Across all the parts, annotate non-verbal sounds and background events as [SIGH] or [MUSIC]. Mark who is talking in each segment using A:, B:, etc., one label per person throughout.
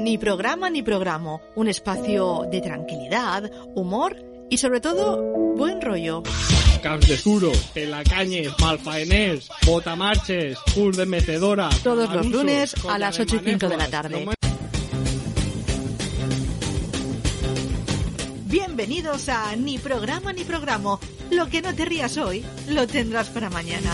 A: Ni programa ni programa. Un espacio de tranquilidad, humor y sobre todo buen rollo.
B: Camps de Suro, Telacañes, Malfaenés, Botamarches, Pul de Mecedora.
A: Todos los
B: Marusos,
A: lunes a las
B: Cotaremanejas,
A: 8 y 5 de la tarde. Bienvenidos a Ni programa ni programa. Lo que no te rías hoy, lo tendrás para mañana.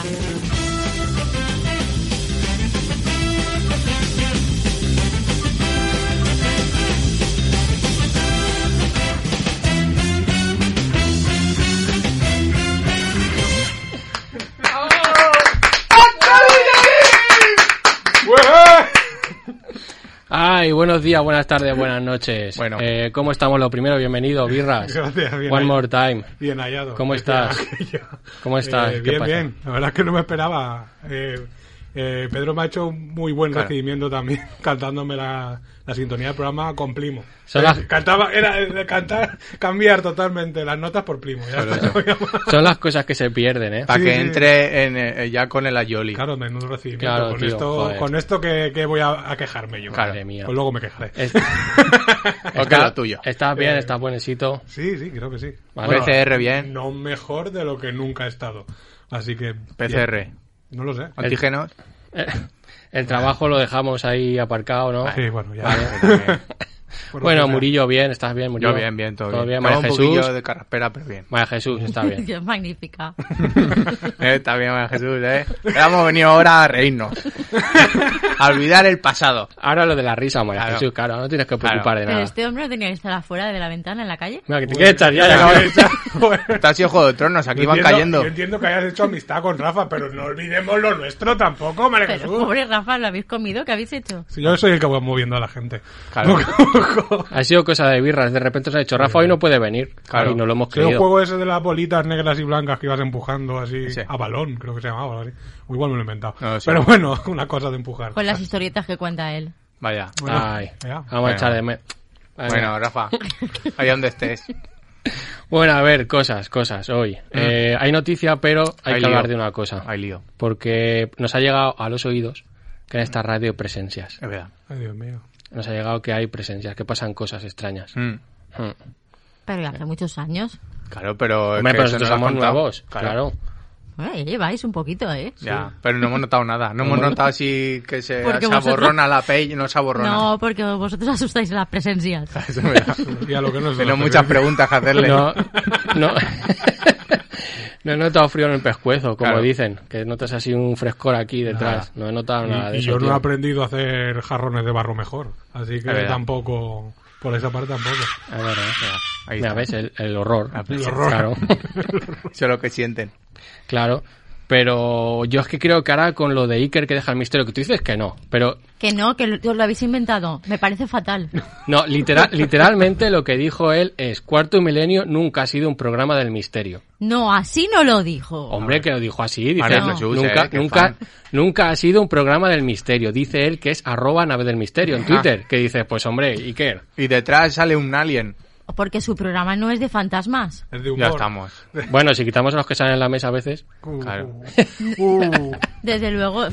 C: Ay, buenos días, buenas tardes, buenas noches.
D: Bueno.
C: Eh, ¿cómo estamos? Lo primero, bienvenido,
D: [LAUGHS]
C: birras.
D: Gracias, bien
C: One
D: ahí.
C: more time.
D: Bien hallado.
C: ¿Cómo
D: Decía
C: estás?
D: [LAUGHS] aquello.
C: ¿Cómo estás?
D: Eh,
C: ¿Qué
D: bien,
C: pasa?
D: bien. La verdad es que no me esperaba. Eh, eh, Pedro me ha hecho un muy buen
C: Claro.
D: recibimiento también, [LAUGHS] cantándome la, la sintonía del programa con Plimo.
C: Son las-
D: Eh, Cantaba, era de cantar, cambiar totalmente las notas por Plimo. ya [LAUGHS]
E: Claro,
D: está.
C: Son las cosas que se pierden, ¿eh?
E: Para
D: Sí,
E: que
D: sí.
E: entre en, eh, ya con el Ayoli.
D: Claro, menudo recibimiento.
C: Claro,
D: con,
C: tío,
D: esto,
C: joder.
D: con esto que, que voy a, a quejarme yo.
C: Madre mía. Eh.
D: Pues luego me quejaré.
E: [LAUGHS]
C: Es-
E: O que lo tuyo.
C: Estás bien, estás buenecito.
D: Sí, sí, creo que sí.
C: Vale.
E: PCR bien.
D: No mejor de lo que nunca he estado. Así que.
E: PCR.
D: bien. No lo sé.
E: Antígenos.
C: Eh, El trabajo lo dejamos ahí aparcado, ¿no?
D: Sí, bueno, ya.
C: [LAUGHS]
D: pues Por lo
C: Bueno,
D: que sea.
C: Murillo, bien, estás bien, Murillo.
E: Yo bien, bien, todo, bien. Estaba
C: María
E: un
C: Jesús.
E: poquillo de carraspera, pero
C: [LAUGHS]
E: bien. [LAUGHS]
C: María Jesús, está bien.
F: Es magnífica.
E: Eh, está bien, María Jesús, ¿eh? Pero hemos venido ahora a
C: [LAUGHS]
E: reírnos. a olvidar el pasado.
C: Ahora lo de la risa, María
E: Claro.
C: Jesús, claro, no tienes que
E: Claro.
C: preocupar de
F: Pero
C: nada.
F: este hombre tenía que estar afuera de la ventana en la calle.
C: Mira, que te quieres echar ya, ya acabas
E: [LAUGHS]
C: de-
E: Está así Juego de Tronos, aquí
D: Yo
E: van
D: entiendo-
E: cayendo.
D: Yo entiendo que hayas hecho amistad con Rafa, pero no olvidemos lo nuestro tampoco, María
F: Pero
D: Jesús.
F: pobre Rafa, ¿lo habéis comido? ¿Qué habéis hecho?
D: Si yo soy el que va moviendo a la gente. [LAUGHS]
E: Claro.
C: Ha sido cosa de birras, de repente se ha dicho, Rafa hoy no puede venir.
E: Claro.
C: Y no lo hemos
D: Sí, el
C: creído.
D: juego ese de las bolitas negras y blancas que ibas empujando así
E: Sí.
D: a balón, creo que se llamaba. o algo Así. O igual me lo he inventado.
E: No, sí.
D: Pero bueno, [LAUGHS] una cosa de empujar.
F: Con las historietas que cuenta él.
E: Vaya.
D: Bueno,
C: Ay,
D: ya.
C: vamos
E: Bueno.
C: a echar de menos.
E: Bueno, Rafa,
C: [LAUGHS]
E: ahí donde estés.
C: Bueno, a ver, cosas, cosas hoy. Eh, hay noticia, pero hay,
E: Hay
C: que hablar
E: lío.
C: de una cosa.
E: Hay lío.
C: Porque nos ha llegado a los oídos que en esta radio hay presencias.
E: Es verdad.
D: Ay, Dios mío.
C: Nos ha llegado que hay presencias, que pasan cosas extrañas.
E: Mm.
C: Hmm.
F: Pero hace muchos años.
E: Claro, pero. es
C: Hombre,
E: que
C: pero
E: eso no
C: nosotros
E: lo has
C: somos
E: contado.
C: nuevos, claro.
F: Bueno, ya lleváis un poquito, ¿eh?
E: Ya, pero no hemos notado nada. No hemos notado así que se, se
F: Porque vosotros-
E: aborrona la pell, no se aborrona.
F: No, porque vosotros [LAUGHS] asustáis las presencias.
E: [LAUGHS]
C: Ah.
E: Eso me da-
D: Y a lo
E: [LAUGHS]
D: que no es
E: Tengo
D: una
E: muchas
D: presencia.
E: preguntas que hacerle.
C: No, no, [LAUGHS] no he notado frío en el pescuezo, como
E: Claro.
C: dicen. Que notas así un frescor aquí detrás. No he notado nada
D: Y-
C: de
D: y
C: eso.
D: yo no he
C: tío.
D: aprendido a hacer jarrones de barro mejor. Así que
E: verdad.
D: tampoco. Por esa parte tampoco.
C: A ver, a ver.
E: Ahí
C: Mira,
E: está.
C: ves el, el horror.
E: La
D: El horror.
C: Claro,
E: Eso es lo que sienten.
C: claro. Pero yo es que creo que ahora con lo de Iker que deja el misterio, que tú dices que no, pero
F: Que no, que lo, lo habéis inventado. Me parece fatal.
C: no, literal, [LAUGHS] literalmente lo que dijo él es Cuarto Milenio nunca ha sido un programa del misterio.
F: No, así no lo dijo.
C: Hombre, que lo dijo así, dice,
E: María
C: "No,
E: Jesús,
C: nunca,
E: eh, qué
C: nunca,
E: fan".
C: nunca ha sido un programa del misterio. Dice él que es arroba nave del misterio
E: Ah.
C: en Twitter, que dice, pues hombre, Iker,
E: Y detrás sale un alien.
C: Oh.
F: Porque su programa no es de fantasmas.
D: Es de humor.
E: Ya estamos.
C: bueno, si quitamos a los que salen en la mesa a veces,
D: Uh,
E: Claro. [LAUGHS]
D: uh.
F: Desde
C: [LAUGHS]
F: luego,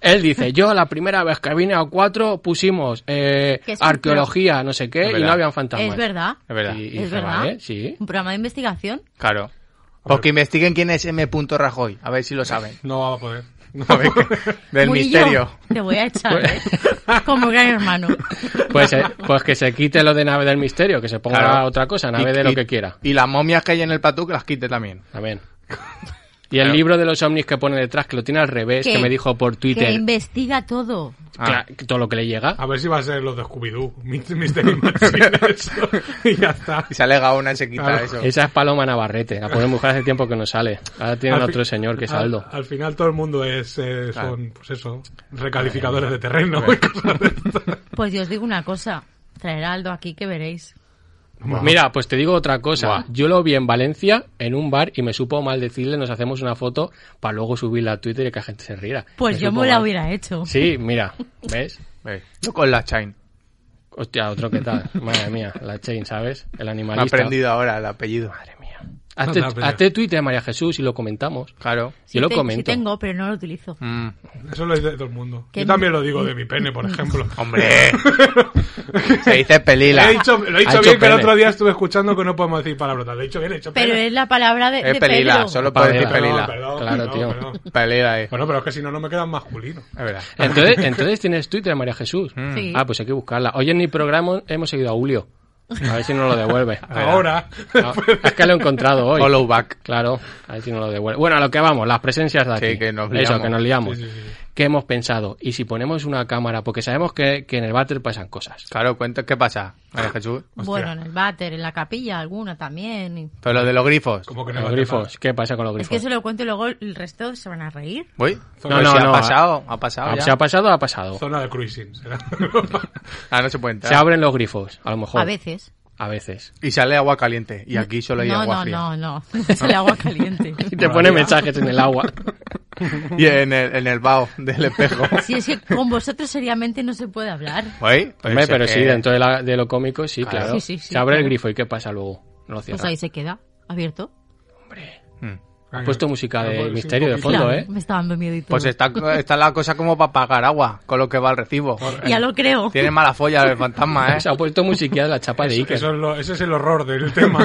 C: Él dice, yo la primera vez que vine a cuatro pusimos eh,
F: Que es un
C: arqueología, no sé qué, y
E: verdad.
C: no habían fantasmas.
F: es verdad.
E: Es verdad.
C: Y- y
F: Es
C: dije,
F: verdad.
C: vale, sí.
F: Un programa de investigación.
E: Claro. O que investiguen quién es M. Rajoy. A ver si lo
C: [LAUGHS]
E: saben.
D: No va a poder.
E: A ver qué- [LAUGHS] Del
F: Murillo,
E: misterio.
F: Te voy
C: [LAUGHS]
F: a echar, ¿eh? Como gran hermano.
C: Pues, eh, pues que se quite lo de nave del misterio, que se ponga
E: Claro.
C: otra cosa, nave
E: Y-
C: de lo
E: y-
C: que quiera.
E: Y las momias que hay en el patú que las quite también.
C: También.
E: [LAUGHS]
C: Y el libro de los ovnis que pone detrás, que lo tiene al revés, que, me dijo por
F: Que
C: Twitter,
F: investiga todo.
C: cla-
E: Ah.
C: que todo lo que le llega.
D: A ver si va a ser los de Scooby-Doo. Mis- Mystery
C: [LAUGHS]
D: Machine, eso. Y ya está.
E: Y sale Gaona y se quita
D: Claro.
E: eso.
C: Esa es Paloma Navarrete, la pone mujer hace tiempo que no sale. Ahora tienen
D: Al
C: otro
D: fin-
C: señor que es
E: Ah.
D: al-
C: Aldo.
D: Al, final todo el mundo es, eh,
E: Claro.
D: son, pues eso, recalificadores de terreno y cosas de
C: [LAUGHS]
D: estas.
F: Pues yo os digo una cosa. Traer a Aldo aquí que veréis.
C: Mira, pues te digo otra cosa.
E: Buah.
C: Yo lo vi en Valencia, en un bar, y me supo mal decirle, nos hacemos una foto para luego subirla a Twitter y que la gente se riera.
F: Pues yo
C: supo
F: me la
C: mal.
F: hubiera hecho.
C: Sí, mira, ¿ves?
E: Ve, Yo con la chain.
C: Hostia, otro que tal. [LAUGHS] Madre mía, la chain, ¿sabes? El
E: Me ha
C: animalista.
E: aprendido ahora el apellido.
C: Madre mía. Hazte,
D: No, no, pero-
C: hazte Twitter, María Jesús, y lo comentamos.
E: Claro.
F: Sí
C: Yo lo
F: te- Sí
C: comento.
F: tengo, pero no lo utilizo.
E: Mm.
D: Eso lo dice todo el mundo.
F: ¿Qué?
D: Yo también lo digo de mi pene, por ejemplo.
E: Hombre. Se dice pelila.
D: Lo he dicho, lo he
E: Ha
D: dicho bien, pero
E: pene.
D: el otro día estuve escuchando que no podemos decir palabrotas. Lo he dicho bien, he dicho
F: Pero
D: pene.
F: es la palabra de,
E: Es
F: de
E: pelila,
F: Pedro.
E: solo puedes decir
C: Perdón,
E: pelila.
D: perdón,
C: Claro,
D: perdón,
C: tío.
D: perdón.
E: Pelila, eh.
D: Bueno, pero es que si no, no me quedan masculino.
E: Es verdad.
C: Entonces, entonces tienes Twitter, María Jesús.
E: Mm.
F: Sí.
C: Ah, pues hay que buscarla. Hoy en mi programa hemos seguido a Julio. A ver si nos lo
E: [LAUGHS]
C: devuelve.
D: Ahora.
C: Ah, es que lo he encontrado hoy.
E: Follow back.
C: Claro, a ver si no lo devuelve. Bueno, a lo que vamos, las presencias de
E: Sí,
C: aquí.
E: que nos
C: Eso,
E: liamos.
C: que nos liamos.
D: [LAUGHS] Sí, sí, sí.
C: ¿Qué hemos pensado? Y si ponemos una cámara, porque sabemos que, que en el váter pasan cosas.
E: Claro, cuenta qué pasa, María Jesús.
F: Bueno, en el váter, en la capilla, alguna también. y-
E: Pero lo de los grifos.
D: Como que
C: Con
D: no
C: los
D: vale
C: grifos, ¿qué pasa con los
F: Es
C: grifos?
F: que se lo cuento y luego el resto se van a reír.
E: Uy,
D: No,
E: pues
C: no,
E: si ha
C: no,
E: pasado, ha pasado
C: Ah,
E: ya.
C: ¿Se ha pasado ha
D: nada.
C: pasado?
D: Zona de cruising. será.
E: Ah, no se puede entrar.
C: Se abren los grifos, a lo mejor.
F: A veces.
C: A veces.
E: Y sale agua caliente. Y aquí solo hay
F: no,
E: agua
F: no,
E: fría.
C: [LAUGHS]
F: no, no, [LAUGHS] Es el agua caliente.
C: Y te pone mensajes en el
E: [LAUGHS]
C: agua.
E: Y en el, en el vaho del [LAUGHS] espejo.
F: Si es que con vosotros seriamente no se puede hablar.
E: Uy, pues
C: Hombre,
E: es
C: pero
E: que-
C: sí, dentro de, la- de lo cómico, sí,
E: Claro.
C: claro.
F: Sí, sí, sí,
C: se abre el
F: claro.
C: grifo y ¿qué pasa luego? No lo
F: Pues
C: cierra.
F: ahí se queda, abierto.
E: Mm.
C: [LAUGHS] Ha puesto música
D: Ah,
C: de
D: pues sí,
C: misterio de
D: un
C: fondo,
F: Claro,
C: ¿eh?
F: Me está dando miedo y todo.
E: Pues está, está la cosa como para pagar agua, con lo que va el recibo.
F: Ya lo creo.
E: Tiene mala folla el [LAUGHS] fantasma, ¿eh?
C: Se ha puesto musiquilla de la chapa de Iker.
D: pues, Eso es lo- ese es el horror del
C: [LAUGHS]
D: tema.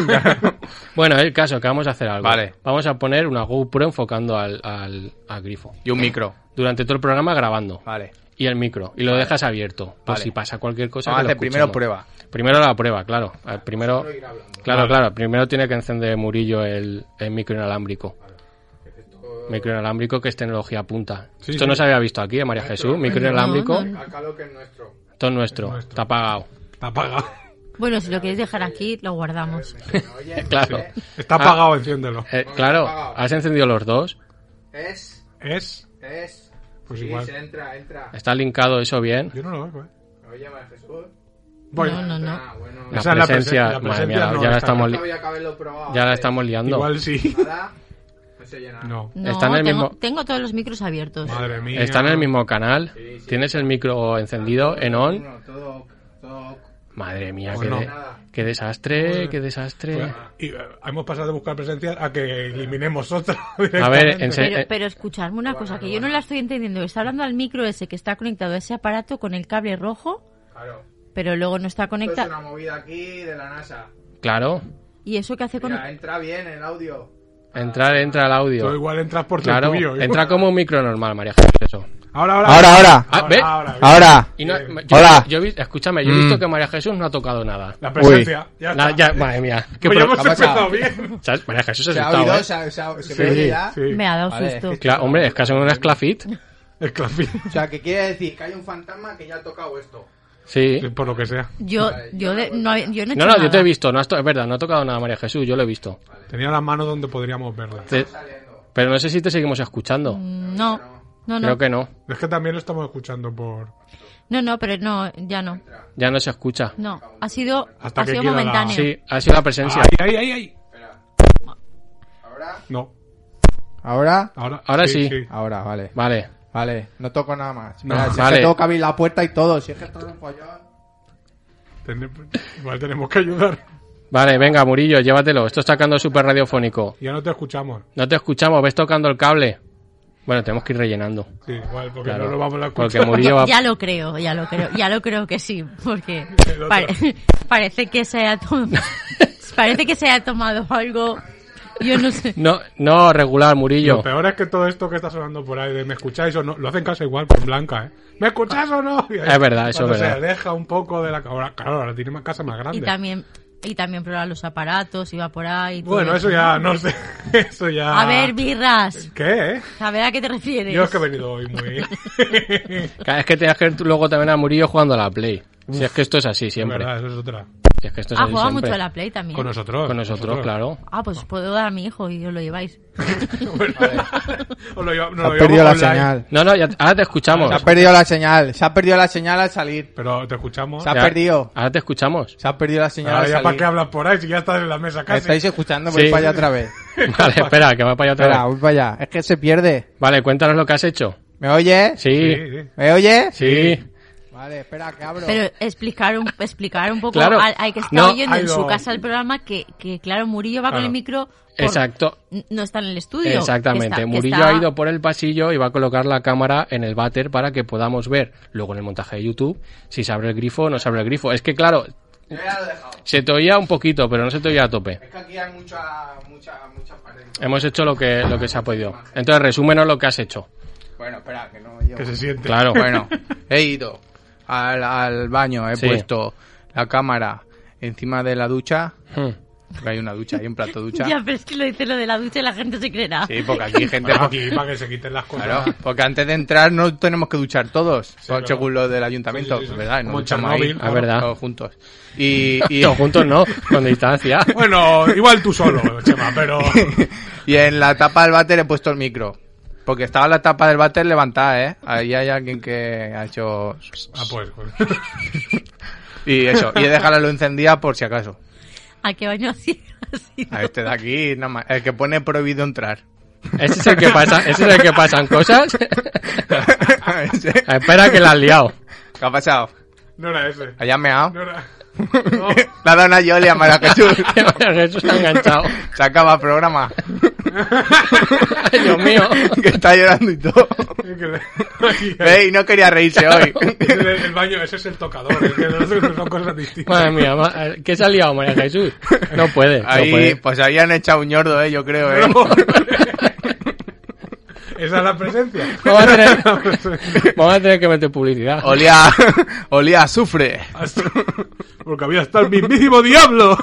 C: Bueno, el caso, que vamos a hacer algo.
E: Vale.
C: Vamos a poner una GoPro enfocando al, al, al grifo.
E: Y un micro.
C: Durante todo el programa grabando.
E: Vale.
C: Y el micro. Y lo dejas abierto. Por
E: Vale.
C: si pasa cualquier cosa.
E: Vamos a
C: que lo
E: hacer primero
C: escuchemos.
E: prueba.
C: Primero la prueba, claro. A ver, Primero, claro, claro. Primero tiene que encender Murillo el, el micro inalámbrico. Micro inalámbrico que es tecnología punta.
D: Sí,
C: Esto
D: sí.
C: no se había visto aquí, ¿eh, María Jesús. Micro inalámbrico.
F: No, no.
C: Todo nuestro.
D: nuestro.
C: Está apagado.
D: Está apagado.
F: Bueno, si lo queréis dejar aquí,
C: [LAUGHS]
F: lo guardamos.
C: claro.
D: Está apagado, enciéndelo.
C: Eh, claro. Has encendido los dos.
E: Es,
D: Es.
E: es.
D: Pues igual.
E: entra, entra.
C: Está linkado eso bien.
D: Yo no lo veo, ¿eh?
E: Oye, Jesús. Ah,
D: Bueno,
F: No, no, no.
E: bueno.
C: La
D: Esa es la
C: presencia.
D: presen- la
C: madre mía,
D: presencia no
C: ya
D: está
C: la estamos, li-
E: que haberlo probado.
C: ya la estamos liando.
D: igual
C: [LAUGHS]
D: sí.
E: No se llena.
D: No.
F: No,
C: Está en el
F: tengo,
C: mismo-
F: tengo todos los micros abiertos.
D: Madre mía.
C: Está en el mismo canal. Tienes el micro encendido en on.
E: todo, todo.
C: Madre mía,
D: Pues
C: qué,
D: no.
C: de- qué desastre, qué desastre.
D: Pues, y, eh, hemos pasado de buscar presencias a que eliminemos otra. [LAUGHS]
C: A ver, en se-
F: Pero,
C: eh,
F: pero escuchadme una cosa, que yo no la estoy entendiendo. Está hablando al micro ese que está conectado a ese aparato con el cable rojo,
E: Claro.
F: pero luego no está conectado.
E: movida aquí de la NASA.
C: claro,
F: ¿Y eso qué hace con...?
E: entra bien el audio.
C: entrar entra el
D: Tú
C: audio.
D: igual entras por
C: Claro,
D: tuyo. ¿eh?
C: entra como un micro normal, María Jesús, eso.
D: Ahora, ahora.
E: Ahora, ahora.
C: Ah, ve.
D: ahora,
E: Ahora.
C: Y no-
D: Bien.
C: yo-
E: Hola.
C: yo he vi- escúchame, yo he
E: Mm.
C: visto que María Jesús no ha tocado nada.
D: La presencia. Ya
C: Na-
D: está.
C: ya, madre mía, qué
D: Pues ya
C: pro-
D: hemos
E: ha pasado.
D: empezado bien.
C: ¿Sabes? María Jesús se ha asustado, ¿eh?
E: se oye ya.
D: sí.
F: Me ha dado
E: Vale,
F: susto.
E: es
C: Claro, hombre, es casi una esclafit.
D: El clafín.
E: O sea, que quiere decir que hay un fantasma que ya ha tocado esto.
C: Sí.
D: Por lo que sea.
F: Yo, yo, de- no, yo no he
C: No,
F: hecho
C: no, yo te
F: nada.
C: he visto, no has to- es verdad, no ha tocado nada María Jesús, yo lo he visto.
D: Tenía las manos donde podríamos verla.
C: Te- Pero no sé si te seguimos escuchando.
F: No, no, no.
C: Creo que no,
D: Es que también lo estamos escuchando por.
F: No, no, pero no, ya no.
C: ya no se escucha.
F: No, ha sido,
D: Hasta
F: ha
D: que
F: sido
D: quiera la-
F: momentáneo.
C: Sí, ha sido la presencia.
D: ¡Ay, ay, ay, ay! No.
E: Ahora,
D: Ahora,
C: Ahora sí.
E: ahora, vale.
C: Vale,
E: Vale, no toco nada más.
C: No,
E: Mira, si es
C: vale.
E: que tengo que abrir la puerta y todo. Si es que esto es un follón.
D: Ten- Igual tenemos que ayudar.
C: vale, venga, Murillo, llévatelo. Esto está quedando súper radiofónico.
D: Ya no te escuchamos.
C: No te escuchamos, ves tocando el cable. Bueno, tenemos que ir rellenando.
D: Sí, igual, porque
C: Claro,
D: no lo vamos a
C: porque
D: escuchar.
C: Murillo va...
F: Ya lo creo, ya lo creo, ya lo creo que sí, porque
D: [LAUGHS] El otro.
F: pare- [LAUGHS] parece que se
D: [LAUGHS]
F: haya tomado, parece que se haya tomado algo, yo
D: [LAUGHS]
F: no sé.
C: No, no, regular,
D: [LAUGHS] Lo
C: Murillo.
D: peor es que todo esto que está sonando por ahí de ¿me escucháis o no? Lo hacen caso igual con Blanca, ¿eh? ¿Me escuchás o no? Y ahí,
C: Es verdad, eso es
D: cuando
C: verdad.
D: se aleja un poco de la... Ahora, claro, ahora tiene más casa más grande.
F: Y también, y también probar los aparatos, iba por ahí. todo
D: Bueno, eso ya, no sé. [LAUGHS] Eso ya...
F: A ver, birras,
D: ¿Qué, eh?
F: a ver a qué te refieres.
D: Yo es que he venido hoy
F: [LAUGHS]
D: muy... [LAUGHS]
C: Cada vez que tenías que ir tú luego también a Murillo jugando a la Play. Si es que esto es así siempre.
D: verdad, eso es otra.
C: Si es que esto es
F: Ah,
C: así
F: jugaba
C: siempre.
F: mucho a la Play también.
D: Con nosotros.
C: Con nosotros,
D: [LAUGHS]
C: claro.
F: Ah, pues puedo dar a mi hijo y os lo lleváis.
D: Pues,
E: [LAUGHS]
D: [LAUGHS] Os lo lleva- nos
E: Se
D: lo
E: ha
D: llevamos
E: perdido la
D: online.
E: señal.
C: No, no, ya, ahora te
E: Se ha
C: escuchamos.
E: perdido la señal. Se ha perdido la señal al salir.
D: Pero te escuchamos.
E: Se ha
C: Ya,
E: perdido.
C: Ahora te
E: [LAUGHS]
C: escuchamos.
E: Se ha perdido la señal
D: Ahora
E: al
D: Ah, ya para
E: salir.
D: qué hablas por ahí si ya estás en la mesa
E: ¿Me
D: casi.
E: estáis escuchando? Voy
C: Sí.
E: para allá otra vez.
C: Vale, espera, que va para allá otra
E: Espera,
C: vez.
E: voy para allá. Es que se pierde.
C: Vale, cuéntanos lo que has hecho.
E: ¿Me oyes?
C: Sí,
D: Sí, sí.
E: ¿Me oyes?
C: sí.
E: Vale, espera, que abro.
F: Pero explicar un, explicar un poco
C: Claro.
F: al, al que está
C: No,
F: oyendo en
D: algo.
F: su casa el programa que, que claro, Murillo va con
D: Claro.
F: el micro. por-
C: Exacto.
F: n- No está en el estudio. que
C: Exactamente.
F: está- que
C: Murillo
F: está-
C: ha ido por el pasillo y va a colocar la cámara en el váter para que podamos ver luego en el montaje de YouTube si se abre el grifo o no se abre el grifo. Es que claro,
E: Yo ya lo he dejado.
C: se te oía un poquito, pero no se te oía a tope.
E: Es que aquí hay mucha, mucha, muchas paredes.
D: Em-
C: Hemos hecho lo que, lo que se ha podido. Entonces, resúmenos lo que has hecho.
E: Bueno, espera, que no llego.
D: Que se siente.
C: Claro.
E: Bueno, he ido al, al baño, he
C: Sí.
E: puesto la cámara encima de la ducha.
C: [LAUGHS] Hmm.
E: Porque hay una ducha, hay un plato ducha.
F: Ya, pero es que lo dice lo de la ducha y la gente se creerá.
E: Sí, porque aquí gente...
D: Bueno, aquí para que se quiten las cosas.
E: Claro, porque antes de entrar no tenemos que duchar todos,
D: claro.
E: según lo del ayuntamiento,
D: Sí, sí, sí.
E: ¿verdad? No
D: Como en
E: duchamos ahí,
D: Chernóbil,
C: Ah, verdad.
E: todos juntos.
C: [LAUGHS]
E: Y, y,
C: Todos juntos no, con distancia.
D: Bueno, igual tú
E: [LAUGHS]
D: solo, Chema, pero.
E: y en la tapa del váter he puesto el micro. Porque estaba la tapa del váter levantada, ¿eh? Ahí hay alguien que ha hecho...
D: Ah, pues. pues. [LAUGHS]
E: Y eso, y he dejado la luz encendida por si acaso.
F: ¿A qué baño [LAUGHS] así? así
E: A este de aquí, nada más. El que pone prohibido entrar.
C: Ese es el que pasa, ese es el que
E: [LAUGHS]
C: pasan cosas. [LAUGHS] Ah,
E: Ese.
C: Espera que la has liado. [LAUGHS]
E: ¿Qué ha pasado?
D: No era ese.
E: ¿Allá meado?
D: No era.
E: [LAUGHS] Le ha dado una Yoli a María
C: [LAUGHS]
E: Jesús.
C: Jesús se ha enganchado. [LAUGHS]
E: Se acaba el programa.
C: Ay, Dios mío.
E: [LAUGHS] Que está llorando
D: [LAUGHS]
E: y todo. [LAUGHS] Ey, no quería reírse hoy.
C: [LAUGHS]
D: Es el, el baño, ese es el tocador. Es que no son- son cosas distintas.
C: Madre mía, ma- ¿qué se ha liado María Jesús? [LAUGHS] No puede, no
E: Ahí,
C: puede.
E: pues habían echado un ñordo, eh, yo creo, eh.
D: [LAUGHS] Esa es la presencia.
C: Vamos
E: [LAUGHS]
C: a
E: pues,
C: tener, vamos a tener que meter publicidad.
E: Olía, [LAUGHS] olía a azufre.
D: Hasta- Porque había hasta el mismísimo diablo.